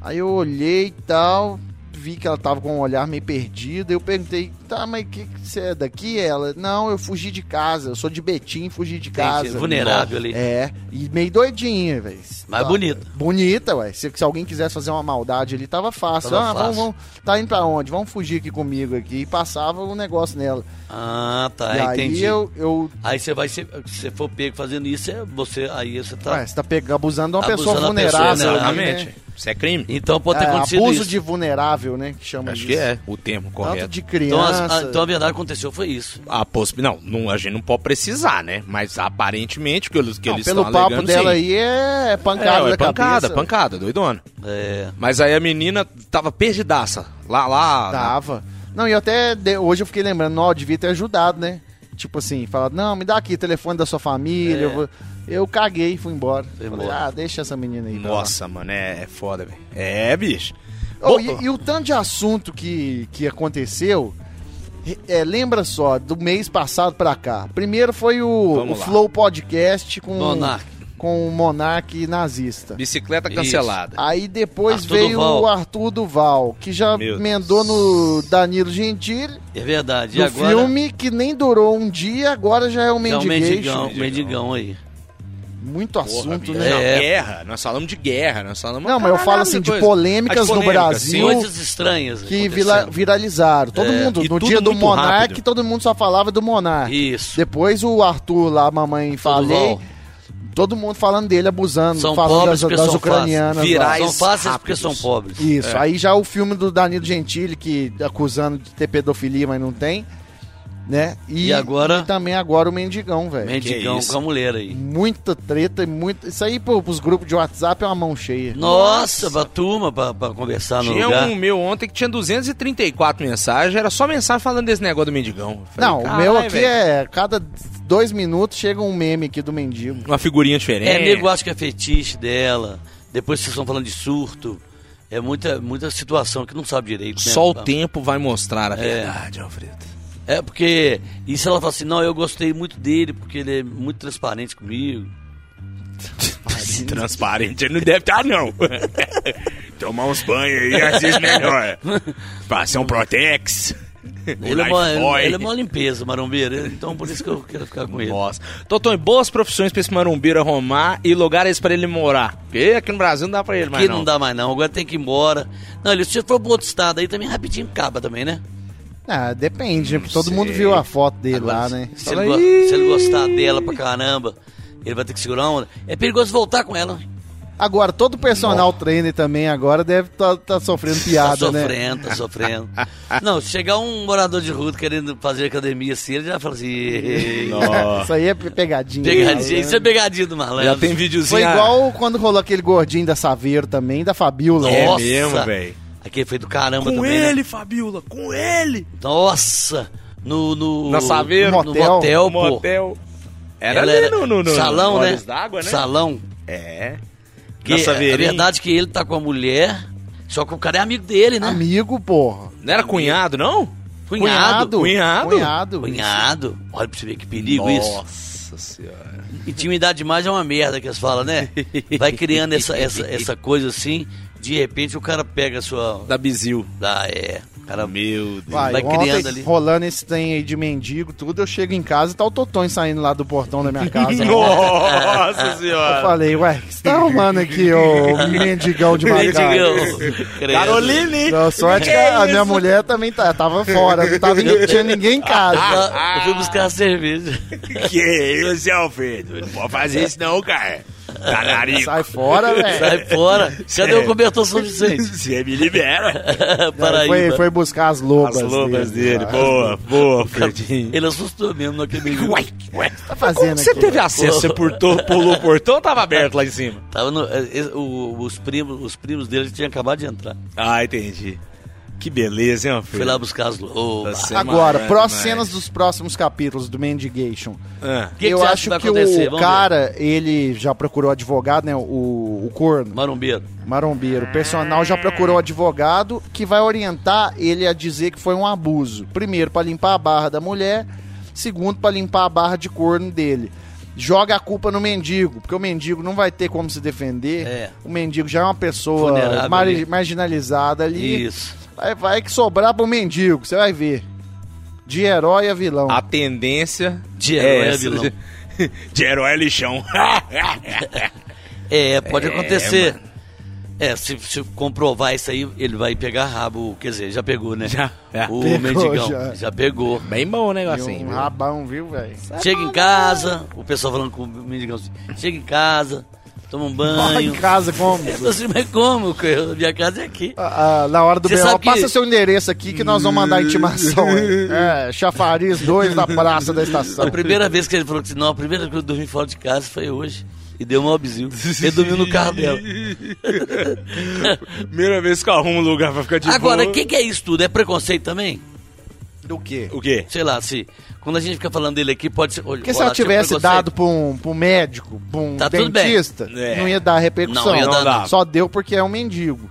E: Aí eu olhei e tal, vi que ela tava com um olhar meio perdido. Eu perguntei, tá, mas que que você é daqui? Ela, não, eu fugi de casa, eu sou de Betim, fugi de
B: Tem,
E: casa.
B: vulnerável ali.
E: É, e meio doidinha, velho. Tá.
B: Mas bonita.
E: Bonita, ué. Se, se alguém quisesse fazer uma maldade ali, tava fácil.
B: Tava
E: ah,
B: fácil.
E: Vamos, vamos- tá indo pra onde? Vamos fugir aqui comigo aqui. E passava um negócio nela.
B: Ah, tá,
E: e aí
B: entendi.
E: eu... eu
B: Aí você vai, ser- se você for pego fazendo isso, é você, aí você tá...
E: ué, você tá pegando, abusando de uma
B: Abusando
E: pessoa
B: da
E: vulnerável.
B: pessoa,
E: ali, né?
D: Exatamente. Isso é crime.
B: Então pode ter
E: É,
B: acontecido
E: abuso
B: isso.
E: de vulnerável, né? Que chama
D: Acho
E: isso.
D: que é o termo
E: Tanto
D: correto.
E: de
B: Então, as-
E: criança...
B: a, então a verdade que aconteceu foi isso.
D: A possi- não, não, a gente não pode precisar, né? Mas aparentemente, que eles, que
E: Não,
D: eles
E: Ah, pelo
D: estão
E: papo
D: alegando,
E: dela
D: sim.
E: aí é é
D: É,
E: pancada
D: ué,
E: da
D: pancada,
E: cabeça.
D: pancada, doidona.
B: É,
D: Mas aí a menina tava perdidaça. Lá,
E: Tá.
D: lá. na-
E: Tava. Não, e eu até de- hoje eu fiquei lembrando, não, eu devia ter ajudado, né? Tipo assim, falado, não, me dá aqui o telefone da sua família. Eu, vou... eu caguei e fui embora.
B: Foi
E: Falei,
B: embora.
E: ah, deixa essa menina aí. pra lá."
D: Nossa, mano, é, é foda, velho. É, bicho.
E: Oh, e, e o tanto de assunto que, que aconteceu, re- é, lembra só, do mês passado pra cá. Primeiro foi o,
D: Vamos
E: o
D: lá.
E: Flow Podcast com,
B: Monark.
E: com o Monark nazista.
D: Bicicleta
B: Isso.
D: cancelada.
E: Aí depois
B: Arthur
E: veio
B: Duval.
E: o Arthur Duval, que já
D: Meu
E: emendou no Danilo Gentili,
B: é verdade. E
E: no
B: agora...
E: filme que nem durou um dia, agora já é o
B: É um
E: mendigation.
B: mendigão, mendigão aí.
E: muito assunto,
D: Porra,
E: né?
D: Não,
B: É.
D: guerra. Nós falamos de guerra, nós falamos.
E: Não, mas eu falo
D: caralhada
E: assim de
D: coisa.
E: polêmicas,
D: Ah, de polêmica,
E: no Brasil
B: Coisas estranhas.
E: que
B: acontecendo.
E: vila- viralizaram. Todo
B: É,
E: mundo,
D: e
E: no
D: tudo
E: dia do
D: muito
E: Monark,
D: rápido.
E: todo mundo só falava do Monark.
B: Isso.
E: Depois o Arthur lá, a mamãe falei,
B: bom.
E: todo mundo falando dele, abusando,
B: São
E: falando
B: pobres
E: das,
B: porque
E: das
B: são
E: ucranianas.
B: fáceis.
E: lá.
B: Virais É. são fáceis porque são
D: rápidos.
B: pobres.
E: Isso. Aí já o filme do Danilo Gentili, que acusando de ter pedofilia, mas não tem. Né?
B: E agora?
E: e também agora o Mendigão, velho.
B: Mendigão
D: isso?
B: com a mulher aí.
E: Muita treta e muita. Isso aí pro, pros grupos de WhatsApp é uma mão cheia.
B: Nossa, pra turma, pra, pra conversar tá no
D: Tinha
B: lugar.
D: um meu ontem que tinha 234 mensagens, era só mensagem falando desse negócio do mendigão. Eu falei,
E: Não, o
D: "Caralho,
E: meu aqui
D: velho,
E: é. Cada dois minutos chega um meme aqui do mendigo.
D: Uma figurinha diferente.
B: É, nego acho que é fetiche dela. Depois vocês estão falando de surto. É muita, muita situação que não sabe direito. né?
D: Só o tempo vai mostrar a verdade, Alfredo.
B: É porque. E se ela fala assim, não, eu gostei muito dele, porque ele é muito transparente comigo.
D: Transparente, ele não deve estar, não. Tomar uns banhos aí, às vezes melhor. Passar um Protex. um
B: Ele é, uma,
D: Lifebuoy.
B: ele é uma limpeza, marombeiro. Então por isso que eu quero ficar com ele.
D: Nossa. Totonho, boas profissões pra esse marombeiro arrumar e lugares pra ele morar. Porque aqui no Brasil não dá pra ele mais,
B: Aqui não. dá mais não, agora tem que ir embora. Não, ele se for pro outro estado aí também rapidinho acaba também, né?
E: Ah, depende, né? todo mundo viu a foto dele
B: Agora,
E: lá,
B: se-
E: né?
B: Se ele, go- se ele gostar dela pra caramba, ele vai ter que segurar a onda. É perigoso voltar com ela.
E: Agora, todo personal trainer também agora deve estar sofrendo piada,
B: tá
E: né?
B: sofrendo, tá sofrendo. não, se chegar um morador de rua querendo fazer academia assim, ele já fala assim...
E: Isso aí é pe- pegadinha.
B: pegadinha, isso é assim, ah.
E: né?
B: pegadinha do malandro.
D: Já tem videozinho.
E: Foi igual quando rolou aquele gordinho da Saveiro também, da Fabiola.
B: É
E: né?
B: Nossa.
D: mesmo, velho.
B: Aquele foi do caramba
D: Com
B: também, né?
D: ele, Fabiola, com ele.
B: Nossa! No, no,
D: Na Saveiro,
B: no
E: motel.
D: Um
B: motel, É pô.
D: motel. Era
B: Ela
D: ali é no, no, no
B: salão, né?
D: Olhos d'água, né?
B: Salão.
D: É.
B: Que
D: Na
B: a
D: Saveirinha.
B: verdade é que ele tá com a mulher, só que o cara é amigo dele, né?
E: Amigo, porra.
D: Não era cunhado, não?
B: Cunhado.
D: Cunhado?
E: Cunhado.
B: Cunhado. Olha pra você ver que perigo isso.
D: Nossa senhora.
B: Intimidade demais é uma merda que eles falam, né? Vai criando essa, essa, essa coisa assim, de repente o cara pega a sua.
D: Da Bizil.
B: Ah, é. O cara
D: Meu Deus.
E: Vai,
B: Vai
E: ontem,
B: criando ali.
E: rolando esse trem aí de mendigo, tudo, eu chego em casa e tá o Totonho saindo lá do portão da minha casa. né?
D: Nossa
E: Eu
D: senhora.
E: falei, ué, o que você tá arrumando aqui, ô mendigão de macaco?
B: Caroline!
E: Não, sorte que a minha mulher também tá, tava fora, não tava, não tinha ninguém em casa.
D: Ah,
B: Eu fui buscar a cerveja.
D: Que isso, Alfredo? Não pode fazer isso não, cara. Tá Canarico.
E: Sai fora,
D: é.
E: velho.
B: Ah, Sai fora. Cadê o cobertor São Vicente?
D: Você me libera.
B: Paraíba.
E: Foi, foi buscar as lobas,
D: As lobas
E: dele.
D: dele.
E: lá.
D: Boa, boa, Fredinho.
B: Ele assustou mesmo naquele vídeo.
D: Uai, uai.
E: Tá fazendo
D: Você
E: aqui,
D: teve
E: velho?
D: acesso, você portou- pulou o portão ou tava aberto lá em cima?
B: Tava no- eh, eh, o- os, primos, os primos dele tinham acabado de entrar.
D: Ah, entendi. Que beleza, hein, Alfredo?
B: Fui lá buscar as louvas.
D: Tá certo.
E: Agora,
D: Demais,
E: pró
D: demais.
E: cenas dos próximos capítulos do Mendigation.
B: O
D: Ah,
B: É. que que
E: eu
B: você acha
E: acho
B: que vai
E: que
B: acontecer?
E: o
B: Vamos ver.
E: cara, ele já procurou advogado, né? O, o corno,
B: Marombeiro.
E: marombeiro. O personal já
B: É.
E: procurou advogado que vai orientar ele a dizer que foi um abuso. Primeiro, pra limpar a barra da mulher. Segundo, pra limpar a barra de corno dele. Joga a culpa no mendigo, porque o mendigo não vai ter como se defender.
B: É.
E: O mendigo já é uma pessoa
B: Vulnerável
E: mari-
B: ali.
E: marginalizada ali.
B: Isso.
E: Vai, vai que sobrar pro mendigo, você vai ver. De herói a vilão.
B: Ah,
D: a tendência
B: De herói é
D: essa. né?
B: vilão.
D: De herói é lixão.
B: É, pode acontecer. É, se, se comprovar isso aí, ele vai pegar rabo. Quer dizer, já pegou, né?
D: Já, já.
B: O
E: Pegou,
B: mendigão.
E: já.
B: Já, pegou.
D: Bem bom o
E: E
D: negócio, hein?
E: um
D: viu?
E: rabão, viu, velho?
B: Chega em casa, o pessoal falando com o mendigão assim, chega em casa, toma um
E: Vai
B: banho.
E: em casa, como?
B: Eu falei assim, mas como? Eu- Minha casa é aqui.
E: Ah, ah, na hora do
B: Você
E: B.O.
B: sabe que-
E: Passa seu endereço aqui que nós vamos mandar intimação. hein? é, Chafariz 2 da Praça da Estação.
B: A primeira vez que ele falou que não, a primeira vez que eu dormi fora de casa foi hoje. E deu um obzil. Ele dormiu no carro dela.
D: Primeira vez que eu arrumo um lugar pra ficar de
B: Agora, o
D: boa.
B: que, que é isso tudo? É preconceito também?
E: Do quê?
D: O quê?
B: Sei lá, se. Quando a gente fica falando dele aqui, pode ser.
E: Porque se ela
B: é
E: tivesse dado pra um, pra um médico, pra um
B: Tá tudo
E: dentista,
D: bem. É.
E: não ia dar repercussão.
B: Não ia dar,
D: não.
E: Só deu porque é um mendigo.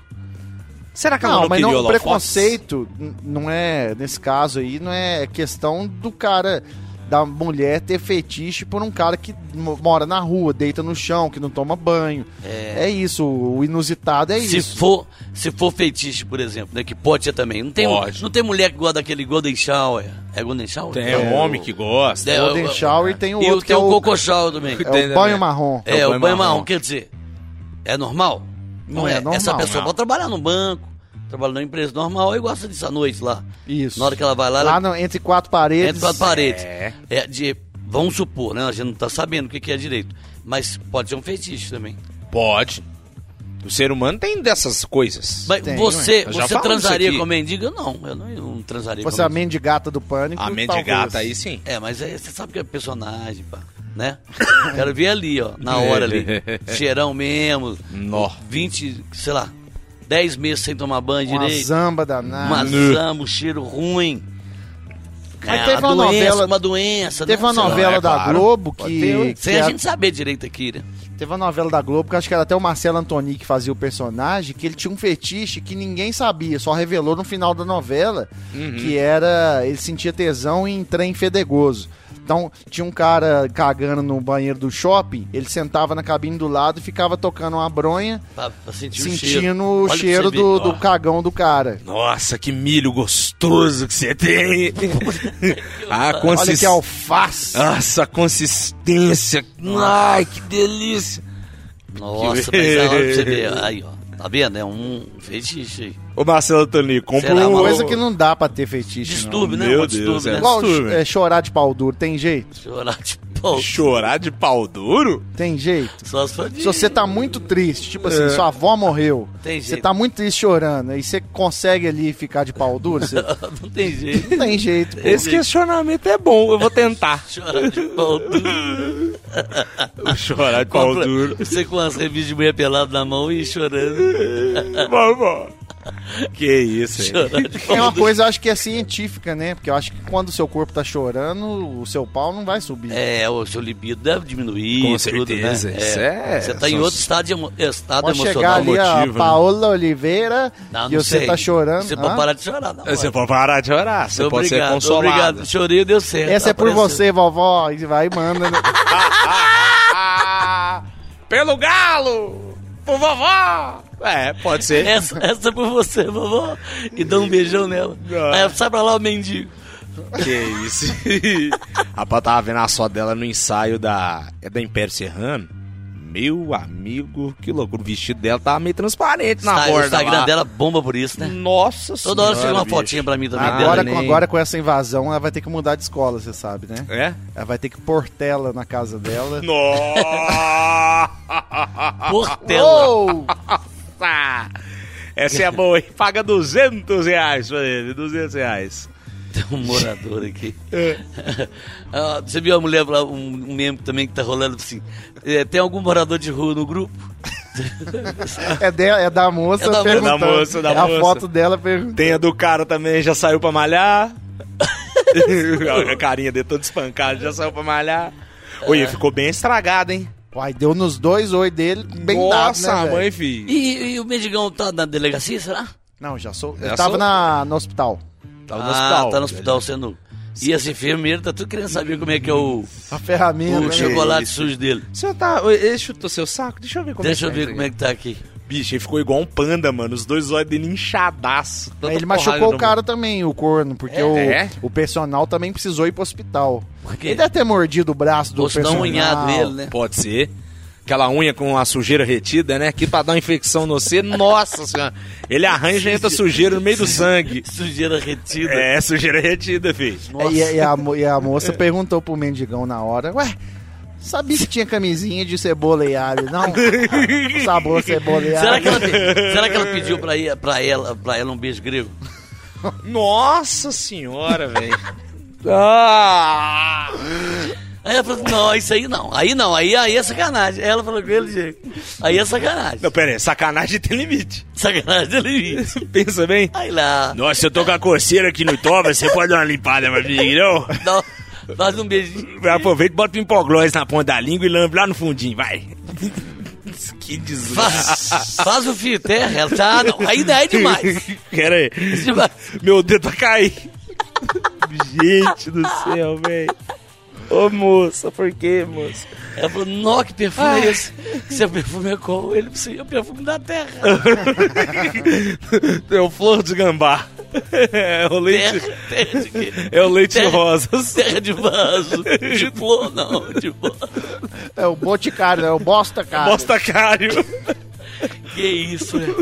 D: Será que ela
E: Não,
D: não,
E: mas
D: queria
E: não, o
D: holofotes?
E: preconceito n- não é, nesse caso aí, não é questão do cara da mulher ter fetiche por um cara que mo- mora na rua, deita no chão, que não toma banho. É, isso, o inusitado é
B: se
E: isso.
B: for, se for feitiço, por exemplo, né, que pode ser também. Não tem, um,
D: Pode.
B: não tem mulher que gosta daquele Golden Shower. É Golden Shower?
D: Tem é, homem que gosta.
B: É,
E: O Golden
B: eu-
E: Shower e tem o
B: e
E: outro que
B: tem
E: é
B: o
E: o,
B: Coco Shower também.
E: é o banho marrom.
B: É, o banho, marrom.
D: marrom.
B: quer dizer, é normal? Não,
E: Não
B: é.
E: é normal.
B: Essa pessoa
E: Não.
B: pode trabalhar no banco, trabalhar numa empresa normal e gosta disso à noite lá.
E: Isso.
B: Na hora que ela vai lá,
E: Lá
B: ela
E: no- entre quatro paredes.
B: entra pela parede.
D: É.
B: É, de, vamos supor, né? A gente não tá sabendo o que, que é direito. Mas pode ser um feitiço também.
D: Pode. O ser humano tem dessas coisas.
B: Mas
E: Tem,
B: você,
D: ué. Eu já
B: você
D: falo
B: transaria
D: isso aqui.
B: com mendiga? Não, eu não, eu não transaria
E: Você
B: com
E: é a
B: mendiga.
E: mendigata do pânico.
D: A
E: então, talvez.
D: mendigata aí sim.
B: É, mas é- você sabe que é personagem, pá, né? Quero ver ali, ó, na hora ali. Cheirão mesmo.
D: Nó.
B: 20, sei lá, 10 meses sem tomar banho
E: Uma
B: direito.
E: zamba danada.
B: Uma zama, um cheiro ruim.
E: Mas
B: É,
E: teve uma
B: doença,
E: novela-
B: uma doença.
E: Teve
B: né?
E: uma
B: Sei lá.
E: novela
D: é
E: da
D: claro.
E: Globo
B: Pode
E: que,
B: ter.
E: que
B: Sem a
E: a-
B: gente saber direito aqui, né?
E: teve uma novela da Globo que acho que era até o Marcelo Antoni que fazia o personagem, que ele tinha um fetiche que ninguém sabia, só revelou no final da novela,
B: Uhum.
E: que era ele sentia tesão em trem fedegoso. Então, tinha um cara cagando no banheiro do shopping, ele sentava na cabine do lado e ficava tocando uma bronha,
B: Pra, pra sentir o cheiro.
E: sentindo
B: Olha
E: o
B: pra
E: cheiro
B: você
E: do,
B: ver.
E: do cagão do cara.
D: Nossa, que milho gostoso que você tem. a
E: Olha que
D: consistência.
E: alface!
B: Ah,
D: Nossa, a consistência. Ai, que delícia.
B: Nossa,
D: Que-
B: mas é hora pra você ver. Aí, ó. Tá vendo? É um feitiço aí.
D: Ô Marcelo Antoni, compra
B: Será,
D: um...
B: mano?
E: É Coisa que não dá pra ter fetiche. não.
B: Distúrbio, né?
D: Meu
B: Um distúrbio,
D: Deus,
B: né?
D: é.
E: Igual
D: distúrbio.
E: é, chorar de pau duro, tem jeito?
B: Chorar de pau.
D: um Chorar de pau duro?
E: Tem jeito.
B: Só se for de...
E: Se você tá muito triste, tipo assim, sua avó morreu,
B: Tem
E: você
B: jeito.
E: tá muito triste chorando, aí você consegue ali ficar de pau duro, você não
B: Não tem jeito.
E: tem jeito. pô.
J: Esse questionamento é bom, eu vou tentar.
B: Chorar de pau duro.
D: Chorar de pau
B: Compra-
D: duro.
B: Você com as revistas de mulher pelada na mão e chorando.
D: Vovó. Que isso, hein?
B: Chorar de
E: É
B: pau
E: uma
B: duro.
E: coisa, eu acho que é científica, né? Porque eu acho que quando o seu corpo tá chorando, o seu pau não vai subir.
B: É, o seu libido deve diminuir.
D: Com
B: tudo,
D: certeza,
B: né?
D: isso é-
B: Você tá em
D: são-
B: outro estado, emo- estado
E: Pode
B: emocional.
E: chegar ali
D: motivo,
E: a
D: né?
E: Paola Oliveira
B: Não,
E: e
B: não
E: você
B: sei.
E: tá chorando.
B: Você
E: Hã?
B: pode parar de chorar. Não,
D: É, Você pode parar de chorar, você pode ser consolado.
B: Obrigado, chorei deu certo.
E: Essa é por
B: Apareceu.
E: você, vovó. E vai e manda. né?
D: Ah, Pelo galo! Por vovó! É, pode ser.
B: Essa, essa é por você, vovó. E dá um beijão nela.
D: Ah.
B: Aí sai pra lá o mendigo.
D: Que isso. Rapaz, eu tava vendo a só dela no ensaio da. É da Império Serrano? Meu amigo, que loucura. O vestido dela tava meio transparente na
B: Tá, o
D: borda.
B: Instagram
D: lá.
B: dela bomba por isso, né?
D: Nossa
B: Toda hora chega uma
D: bicho.
B: fotinha pra mim também
E: Agora,
B: dela.
E: com, agora com essa invasão, ela vai ter que mudar de escola, você sabe, né?
D: É?
E: Ela vai ter que pôr tela na casa dela.
D: Nossa!
B: Portela.
E: Uou!
D: Essa é boa, hein? Paga 200 reais pra ele, 200 reais.
B: Tem um morador aqui.
J: É.
B: Ah, você viu a mulher lá, um, um membro também que tá rolando assim. é, tem algum morador de rua no grupo?
E: É, de- é da moça
B: É da- é da
E: perguntando.
D: moça, da
E: é a
D: moça.
E: foto dela perguntando.
D: Tem a do cara também, já saiu pra malhar. Olha a carinha dele todo espancado, já saiu pra malhar.
B: É.
D: Oi, ficou bem estragado, hein?
E: Uai, deu nos dois oi dele, bem
D: Nossa,
E: dado, né, velho?
D: mãe, filho.
B: E, e o mendigão tá na delegacia, será?
E: Não, já sou.
D: Já
E: eu tava
D: sou.
E: na, no hospital.
D: Tá no
B: ah,
D: hospital.
B: tá no hospital sendo... E esse enfermeiro tá tudo querendo saber como é que é o,
E: A ferramenta.
B: o
E: né?
B: chocolate sujo dele.
J: O senhor tá. Ele chutou seu saco? Deixa eu ver como é
B: Deixa eu
J: que tá
B: ver como é que tá aqui.
D: Bicho, ele ficou igual um panda, mano. Os dois olhos dele inchadaço. Tanta
E: Ele
D: porrada
E: machucou
D: no-
E: o cara também, o corno, porque o,
D: É?
E: o personal também precisou ir pro hospital.
B: Porque
E: Ele deve ter mordido o braço do
B: Ou se dá um
E: personal.
B: unhado nele, né?
D: Pode ser. Aquela unha com a sujeira retida, né? Que pra dar uma infecção no C, nossa senhora. Ele arranja e entra sujeira no meio do sangue.
B: Sujeira retida.
D: É, sujeira retida, filho.
B: Nossa.
E: E, e a, mo- e a moça perguntou pro mendigão na hora, ué, sabia que tinha camisinha de cebola e alho, não? Sabor cebola e alho.
B: Será que, ela, pe- será que ela pediu pra, ir, pra, ela, pra ela um beijo grego?
D: Nossa senhora, velho. Ah!
B: Aí ela falou assim, não, isso aí não. Aí não, aí, aí é sacanagem. Aí ela falou com ele, jeito. Aí é sacanagem.
D: Não, pera aí, sacanagem tem limite.
B: Sacanagem do limite.
D: Pensa bem.
B: Aí lá,
D: Nossa, eu tô com a coceira aqui no toba, você pode dar uma limpada pra mim, não?
B: dá, faz um beijinho.
D: Aproveita e bota o hipoglós na ponta da língua e lambe lá no fundinho, vai. Que desgraça.
B: Faz, faz o fio terra, ela tá, não, aí daí é demais.
D: Pera aí.
B: Demais.
D: Meu dedo tá caindo. Gente do céu, velho.
F: Ô moça, por que, moça?
B: Ela falou, nó, que perfume é esse? Que seu perfume é qual? Ele precisa é o perfume da terra.
D: É o flor de gambá. É o leite,
B: terra, terra de quê?
D: é o leite
B: Terra.
D: rosa.
B: Terra de vaso. De flor, não. De flor.
E: É o boticário, é o bosta, cara.
D: Bosta cário.
B: Que isso, né?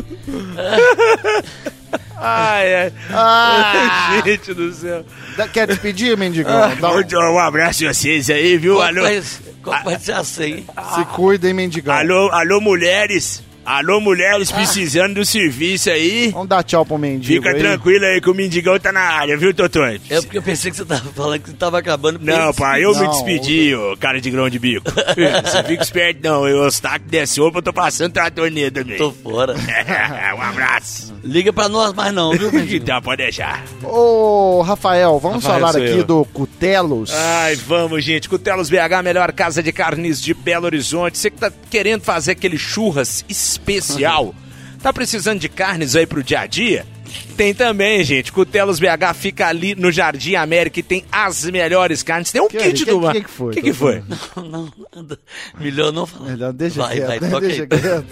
D: Ai, ai.
E: Ah,
D: é. Gente do céu.
E: dá- quer despedir, mendigão? Dá um-
C: Muito- Um abraço a vocês aí, viu?
B: Qual
C: Alô,
B: vai, qual vai ser a senha?
E: Se cuida, hein, mendigão.
C: alô, alô, mulheres. Alô, mulheres precisando do serviço aí.
E: Vamos dar tchau pro mendigo
C: Fica
E: aí.
C: tranquila aí que o mendigão tá na área, viu, Totonte?
B: É porque eu pensei que você tava falando que tava acabando. porque
C: Não,
B: eu-
C: pai, eu me
E: Não,
C: despedi, ô, cara de grão de bico. Você fica esperto, não. Eu, Ostaque desse opa, eu tô passando trator nele também.
B: Tô fora.
C: um abraço.
B: Liga pra nós mais não, viu, Benedito?
D: tá
C: Então, pode deixar.
E: Ô, Rafael, vamos
D: Rafael,
E: falar
D: sou
E: aqui
D: eu. Ah.
E: do Cutelos.
D: Ai, vamos, gente. Cutelos BH, melhor casa de carnes de Belo Horizonte. Você que tá querendo fazer aquele churras especial, tá precisando de carnes aí pro dia a dia? Tem também, gente. Cutelos BH fica ali no Jardim América e tem as melhores carnes. Tem um
E: Que
D: kit
E: que-
D: do mar.
E: que que foi?
D: que, que foi?
B: Não, nada. Melhor não falar.
E: Melhor, deixa
B: vai,
E: quieto,
B: vai,
E: né?
B: toca
E: deixa
B: aí.
E: quieto.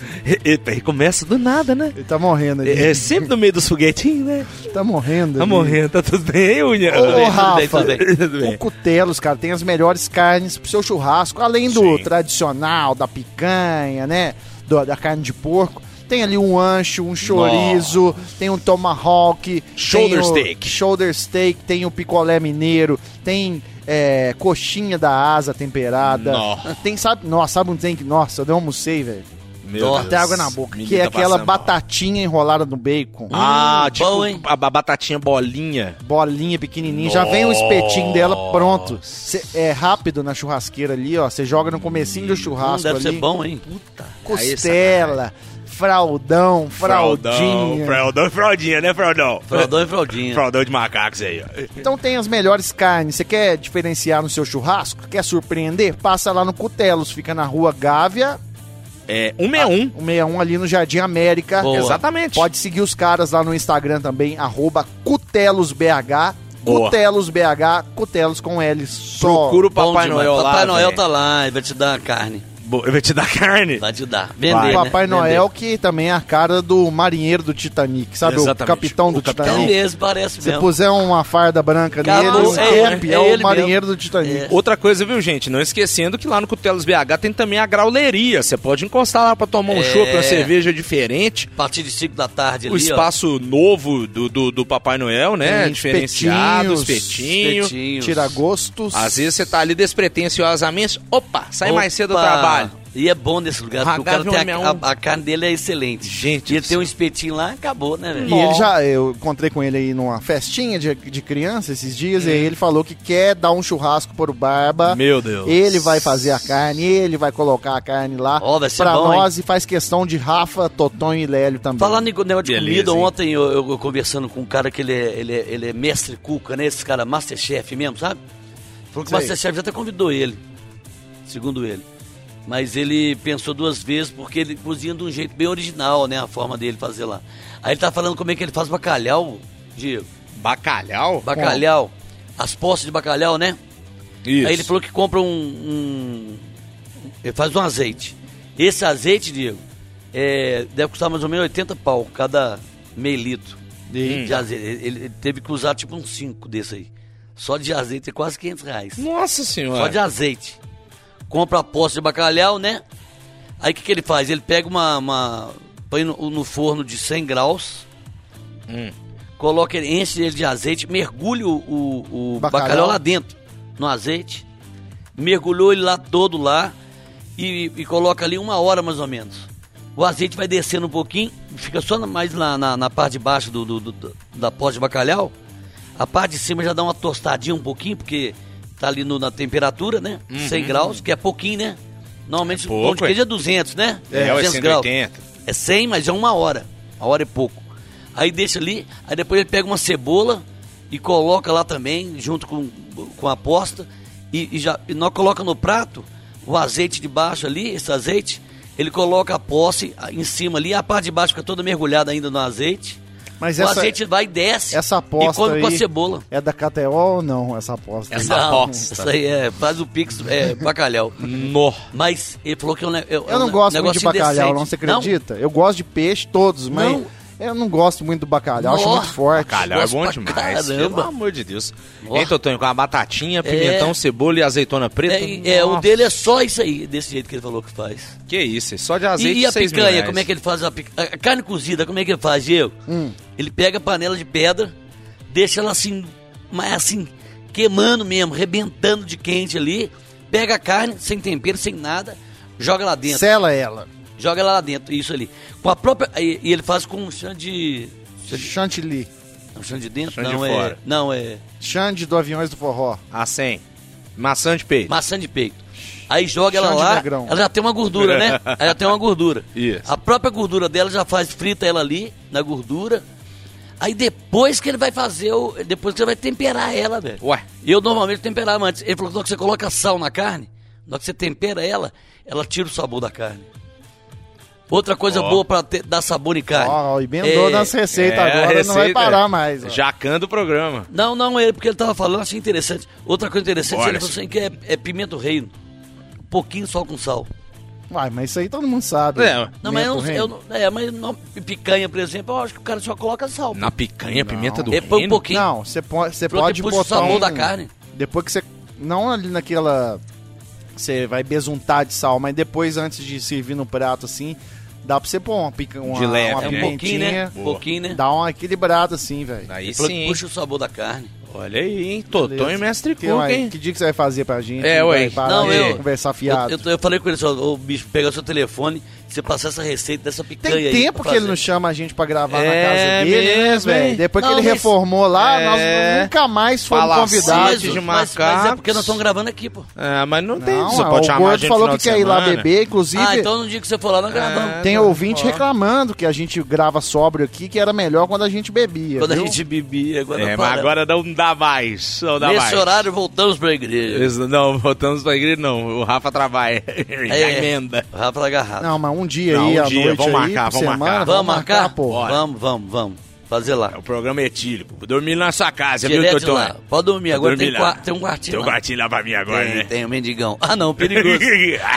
D: Eita, e começa do nada, né?
E: Ele tá morrendo ali.
D: É, é sempre no meio dos foguetinhos, né?
E: Tá morrendo
D: Tá
E: ali.
D: morrendo, tá tudo bem,
B: Tudo
D: Unha?
E: Ô,
B: bem, tudo bem,
E: Rafa,
B: tudo bem.
D: Tudo bem.
E: o Cutelos, cara, tem as melhores carnes pro seu churrasco, além do tradicional, da picanha, né? do- da carne de porco. Tem ali um ancho, um chorizo, tem um tomahawk,
D: Shoulder
E: tem o
D: steak.
E: shoulder steak, tem o picolé mineiro, tem é, coxinha da asa temperada.
D: Nó.
E: Tem, sabe, nossa, sabe um tem que, nossa, eu não almocei, velho.
D: Meu
E: Dá
D: Deus.
E: até água na boca,
D: Menino
E: que é
D: tá
E: aquela
D: passando mal.
E: batatinha enrolada no bacon.
D: Ah,
B: Hum,
D: tipo
B: bom, hein?
D: a a batatinha bolinha.
E: bolinha pequenininha, já vem o espetinho dela pronto. Cê- é rápido na churrasqueira ali, ó. Você joga no comecinho do
B: Não
E: churrasco
B: Hum, deve
E: ali.
B: ser bom, hein? Puta.
E: Costela, fraldão, fraldinha.
C: Fraldão e fraldinha, né, Fraldão?
B: Fraldão e fraldinha.
C: Fraldão de macacos aí, ó.
E: Então tem as melhores carnes. Você quer diferenciar no seu churrasco? Quer surpreender? Passa lá no Cutelos, fica na rua Gávea,
D: É, um é um.
E: 161 ali no Jardim América.
B: Boa.
D: Exatamente.
E: Pode seguir os caras lá no Instagram também, arroba CutelosBH.
D: Boa.
E: CutelosBH, Cutelos com L só.
D: Procura o
B: Bom
D: Papai
B: demais.
D: Noel lá.
B: Papai Noel
D: velho.
B: tá lá e vai te dar a carne.
D: Bo- Eu vou te dar carne.
B: Vai te dar. Vender,
E: O
B: né?
E: Papai
B: Vender.
E: Noel, que também é a cara do marinheiro do Titanic, sabe?
D: Exatamente.
E: O capitão do
D: O capitão.
B: É
E: Titanic.
B: mesmo, parece
E: Se
B: mesmo.
E: puser uma farda branca
B: Acabou,
E: nele, o
B: é ele,
E: cap
B: é
E: é, o
B: ele
E: marinheiro do Titanic.
B: É.
D: Outra coisa, viu, gente? Não esquecendo que lá no Cutelos BH tem também a grauleria. Você pode encostar lá pra tomar um
B: É.
D: chopp, uma cerveja diferente.
B: A partir de 5 da tarde
D: O
B: ali,
D: espaço novo do, do, do Papai Noel, né?
E: Tem
D: Diferenciado,
E: espetinhos,
B: ó.
D: espetinho.
B: Espetinhos.
E: Tira gostos.
D: Às vezes você tá ali despretensiosamente. Opa, sai Tá mais
B: Opa!
D: cedo do trabalho.
B: E é bom nesse lugar, porque o cara tem a,
D: HV161.
B: a- a carne dele é excelente.
D: Gente
B: Ia
D: do
B: ter um espetinho lá, acabou, né, velho?
E: E ele já, eu encontrei com ele aí numa festinha de, de criança esses dias,
B: Hum.
E: e aí ele falou que quer dar um churrasco pro Barba.
D: Meu Deus.
E: Ele vai fazer a carne, ele vai colocar a carne lá
B: Ó, vai ser
E: pra
B: bom,
E: nós e faz questão de Rafa, Totonho e Lélio também.
B: Falando em negócio de
D: Beleza,
B: comida,
D: hein?
B: ontem eu, eu- eu conversando com um cara que ele é, ele é- ele é mestre cuca, né? Esse cara, Masterchef mesmo, sabe? Falou que o
E: Sei.
B: Masterchef já até convidou ele, segundo ele. Mas ele pensou duas vezes porque ele cozinha de um jeito bem original, né? A forma dele fazer lá. Aí ele tá falando como é que ele faz bacalhau, Diego.
D: Bacalhau?
B: Bacalhau. As postas de bacalhau, né?
D: Isso.
B: Aí ele falou que compra um, um- Ele faz um azeite. Esse azeite, Diego, é, deve custar mais ou menos 80 pau cada meio litro de, de azeite. Ele, ele- ele teve que usar tipo uns 5 desse aí. Só de azeite é quase 500 reais.
D: Nossa
B: Só
D: senhora.
B: de azeite. Compra a posta de bacalhau, né? Aí o que, que ele faz? Ele pega uma. uma põe no, no forno de 100 graus. Coloca ele, enche ele de azeite, mergulha o, o- o
E: Bacalhau.
B: bacalhau. lá dentro, no azeite. Mergulhou ele lá todo lá e, e coloca ali uma hora mais ou menos. O azeite vai descendo um pouquinho, fica só na- mais na, na, na parte de baixo do, do- do- do- da posta de bacalhau. A parte de cima já dá uma tostadinha um pouquinho, porque tá ali no- na temperatura, né? 100 graus, que é pouquinho, né? Normalmente o pão de
D: Uhum. pouco,
B: queijo é 200, né?
D: É, ué, 180.
B: É 100, mas é uma hora. Uma hora e pouco. Aí deixa ali, aí depois ele pega uma cebola e coloca lá também, junto com, com a aposta. E, e já e nós coloca no prato o azeite de baixo ali, esse azeite. Ele coloca a posse em cima ali, a parte de baixo fica toda mergulhada ainda no azeite.
E: Mas
B: o
E: essa-
B: azeite vai e desce
E: Essa
B: e
E: aposta
B: come com a
E: aí-
B: cebola.
E: É da KTO ou não, essa aposta?
D: Essa
E: Não.
D: aposta.
B: Isso aí é, faz o pix, é, bacalhau.
D: No.
B: Mas ele falou que é um, ne- é,
E: Hum. Eu não
B: um
E: gosto muito
B: negócio
E: de bacalhau,
B: indecente.
E: não, você acredita? Eu gosto de peixe, todos, mas
B: Não.
E: eu não gosto muito do bacalhau, acho
B: Nó.
E: muito forte.
D: Calhau é
B: Gosto
D: bom
B: pra
D: demais.
B: caramba.
D: Pelo amor de Deus.
B: Ó.
D: Hein, Totonho, com a batatinha, pimentão, cebola e azeitona preta.
B: É, é, o
D: Nossa,
B: dele é só isso aí, desse jeito que ele falou que faz.
D: Que isso, é só de
B: E,
D: azeite
B: e a
D: seis mil
B: picanha,
D: reais.
B: como é que ele faz? A, pic- a- a carne cozida, como é que ele faz, Diego?
D: Hum.
B: Ele pega a panela de pedra, deixa ela assim, mas assim, queimando mesmo, rebentando de quente ali, pega a carne, sem tempero, sem nada, joga lá dentro.
E: Sela ela.
B: Joga ela lá dentro, isso ali. Com a própria. E, e ele faz com um chão de. chã de-
E: Chantilly.
B: Não, chão de dentro?
D: Chã de
B: não, é.
D: fora.
B: Não, é.
E: Xande do Aviões do Forró.
D: A 100. Ah, Maçã de peito.
B: Maçã de peito. Aí joga ela
E: Chão de
B: lá,
E: negrão.
B: ela já tem uma gordura, né? Ela já tem uma gordura.
D: Isso.
B: A própria gordura dela já faz frita ela ali, na gordura. Aí depois que ele vai fazer o. Depois que ele vai temperar ela, velho.
D: Ué.
B: Eu normalmente temperava antes. Ele falou que na hora que você coloca sal na carne, na hora que você tempera ela, ela tira o sabor da carne. Outra coisa boa pra ter- dar sabor em carne.
E: Ó, ó, emendou
B: é-
E: nas receitas
D: É,
E: agora,
D: a
E: não vai
D: receita-
E: parar mais. ó.
D: Jacan do programa.
B: Não, não, é porque ele tava falando, eu achei interessante. Outra coisa interessante,
C: Olha
B: ele falou assim, que é, é pimenta do reino. Um pouquinho só com sal.
E: Uai, mas isso aí todo mundo sabe.
D: É,
B: Não, mas eu não, eu
E: Neto Reino.
B: não- É, mas não, picanha, por exemplo, eu acho que o cara só coloca sal.
D: Na picanha, pimenta do
B: é, põe um
D: reino.
B: pouquinho.
E: Não, você pode, você
B: Pronto,
E: pode
B: e puxa o
E: botar
B: sabor
E: um-
B: da carne.
E: Depois que você... Não ali naquela... Você vai besuntar de sal, mas depois, antes de servir no prato, assim, dá pra você pôr uma, pica, uma,
D: De leve,
E: uma
B: é um
D: né?
B: pouquinho, né?
E: pimentinha.
B: Um pouquinho, né?
E: Dá uma equilibrada, assim, velho.
D: Aí
B: Ele falou que
D: sim.
B: puxa o sabor da carne.
D: Olha aí, hein? Totonho e mestre
E: Que,
D: Cook,
E: ué,
D: hein?
E: Que dia que você vai fazer pra gente?
D: É, ué.
E: vai parar
B: Não,
E: de
B: eu-
E: conversar
B: Eu,
E: fiado.
B: eu, eu falei com ele, só, ô bicho, pega seu telefone, você passar essa receita dessa picanha
E: Tem
B: aí.
E: tempo
B: pra
E: que ele
B: fazer.
E: não chama a gente pra gravar na
D: É
E: casa dele, né,
D: mesmo, hein?
E: velho? Depois
B: Não,
E: que ele
B: mas-
E: reformou lá,
D: É.
E: nós nunca mais fomos
D: Fala
E: convidados.
D: assim, de
B: mas, mas é porque
D: macacos.
B: nós estamos gravando aqui, pô.
D: Ah, mas não, tem.
E: Não,
D: Você
E: ó,
D: pode
E: o
D: chamar a
E: Gordo
D: gente
E: falou
D: no
E: que
D: final
E: quer ir
D: de
E: lá
D: semana.
E: beber, inclusive...
B: Ah, então no dia que você for lá, nós gravamos.
D: É,
E: Tem
D: não,
E: ouvinte reclamando que a gente grava sóbrio aqui, que era melhor quando a gente bebia.
B: Quando
E: É, viu?
B: a gente bebia, agora
D: É, mas
B: para.
D: agora não dá mais. Não dá
B: Nesse
D: mais.
B: horário voltamos pra igreja.
D: Isso, Não, voltamos pra igreja, não. O Rafa trabalha.
B: É,
D: É. Emenda.
B: Rafa da garrafa.
E: Não, mas um dia
D: Não,
E: aí,
D: um
E: à
D: dia,
E: noite
D: vamos
E: aí,
D: marcar,
E: por
D: vamos
E: semana,
D: marcar.
B: Vamos marcar?
E: pô.
B: Vamos, vamos, vamos. Fazer
D: É
B: lá.
D: o programa etílico. Vou dormir na sua casa, viu,
B: Direto
D: Totonho?
B: lá. Pode dormir, agora tem,
D: Dormir lá.
B: qua- tem um quartinho
D: Tem um
B: lá.
D: gatinho lá pra mim agora,
B: Tem,
D: né?
B: tem, o mendigão. Ah, não, perigoso.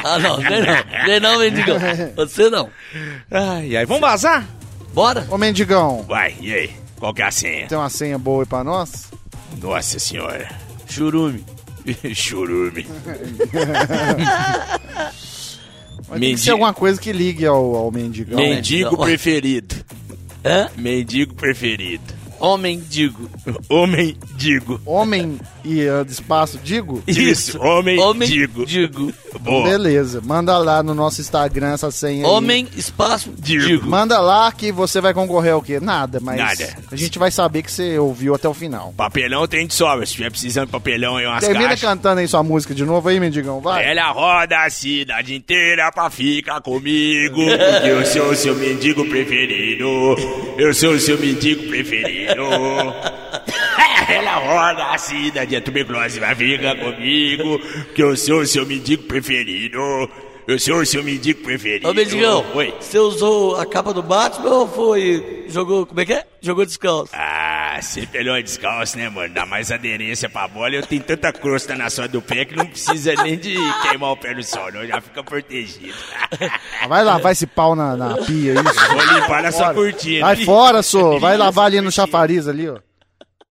B: ah, não, vem não. Vem não, mendigão. Você não.
D: Ai, ai, vamos vazar?
B: Bora.
E: Ô, Mendigão,
D: Vai, e aí? Qual que é a senha?
E: tem uma senha boa aí pra nós?
D: Nossa senhora.
B: Churume.
D: Churume.
E: Mas tem que ser
D: Mendigo.
E: alguma coisa que ligue ao, ao Mendigão. né?
B: Men-
D: Mendigo
B: Não.
D: preferido.
B: Hã?
D: Mendigo preferido.
B: Homem, digo.
D: Homem digo.
E: Homem e ah, de espaço, digo?
D: Isso, homem,
B: Homem,
D: digo.
B: digo.
D: Boa.
E: Beleza, manda lá no nosso Instagram essa senha aí.
B: Homem, espaço,
D: Digo.
B: digo.
E: Manda lá que você vai concorrer ao quê? Nada, mas
D: Nada.
E: a gente vai saber que você ouviu até o final.
D: Papelão tem de sobra. Se tiver precisando de papelão em umas
E: Termina
D: caixas.
E: cantando aí sua música de novo aí, Mendigão, vai.
D: Ela roda a cidade inteira pra ficar comigo. porque eu sou o seu mendigo preferido. Eu sou o seu mendigo preferido. Ela roda a cidade, a tuberculose vai ficar comigo. Que eu sou o seu mendigo preferido. Eu sou o seu mendigo preferido.
B: Ô, mendigão.
D: Oi.
B: Você usou a capa do Batman ou foi... Jogou... Como é que é? Jogou descalço.
D: Ah, sempre melhor descalço, né, mano? Dá mais aderência pra bola. Eu tenho tanta crosta na sua do pé que não precisa nem de queimar o pé no sol, não. Já fica protegido.
E: Vai lavar esse pau na, na pia, isso.
D: Vou limpar essa
E: Fora.
D: cortina.
E: Vai fora, sô. Vai lavar ali no chafariz ali, ó.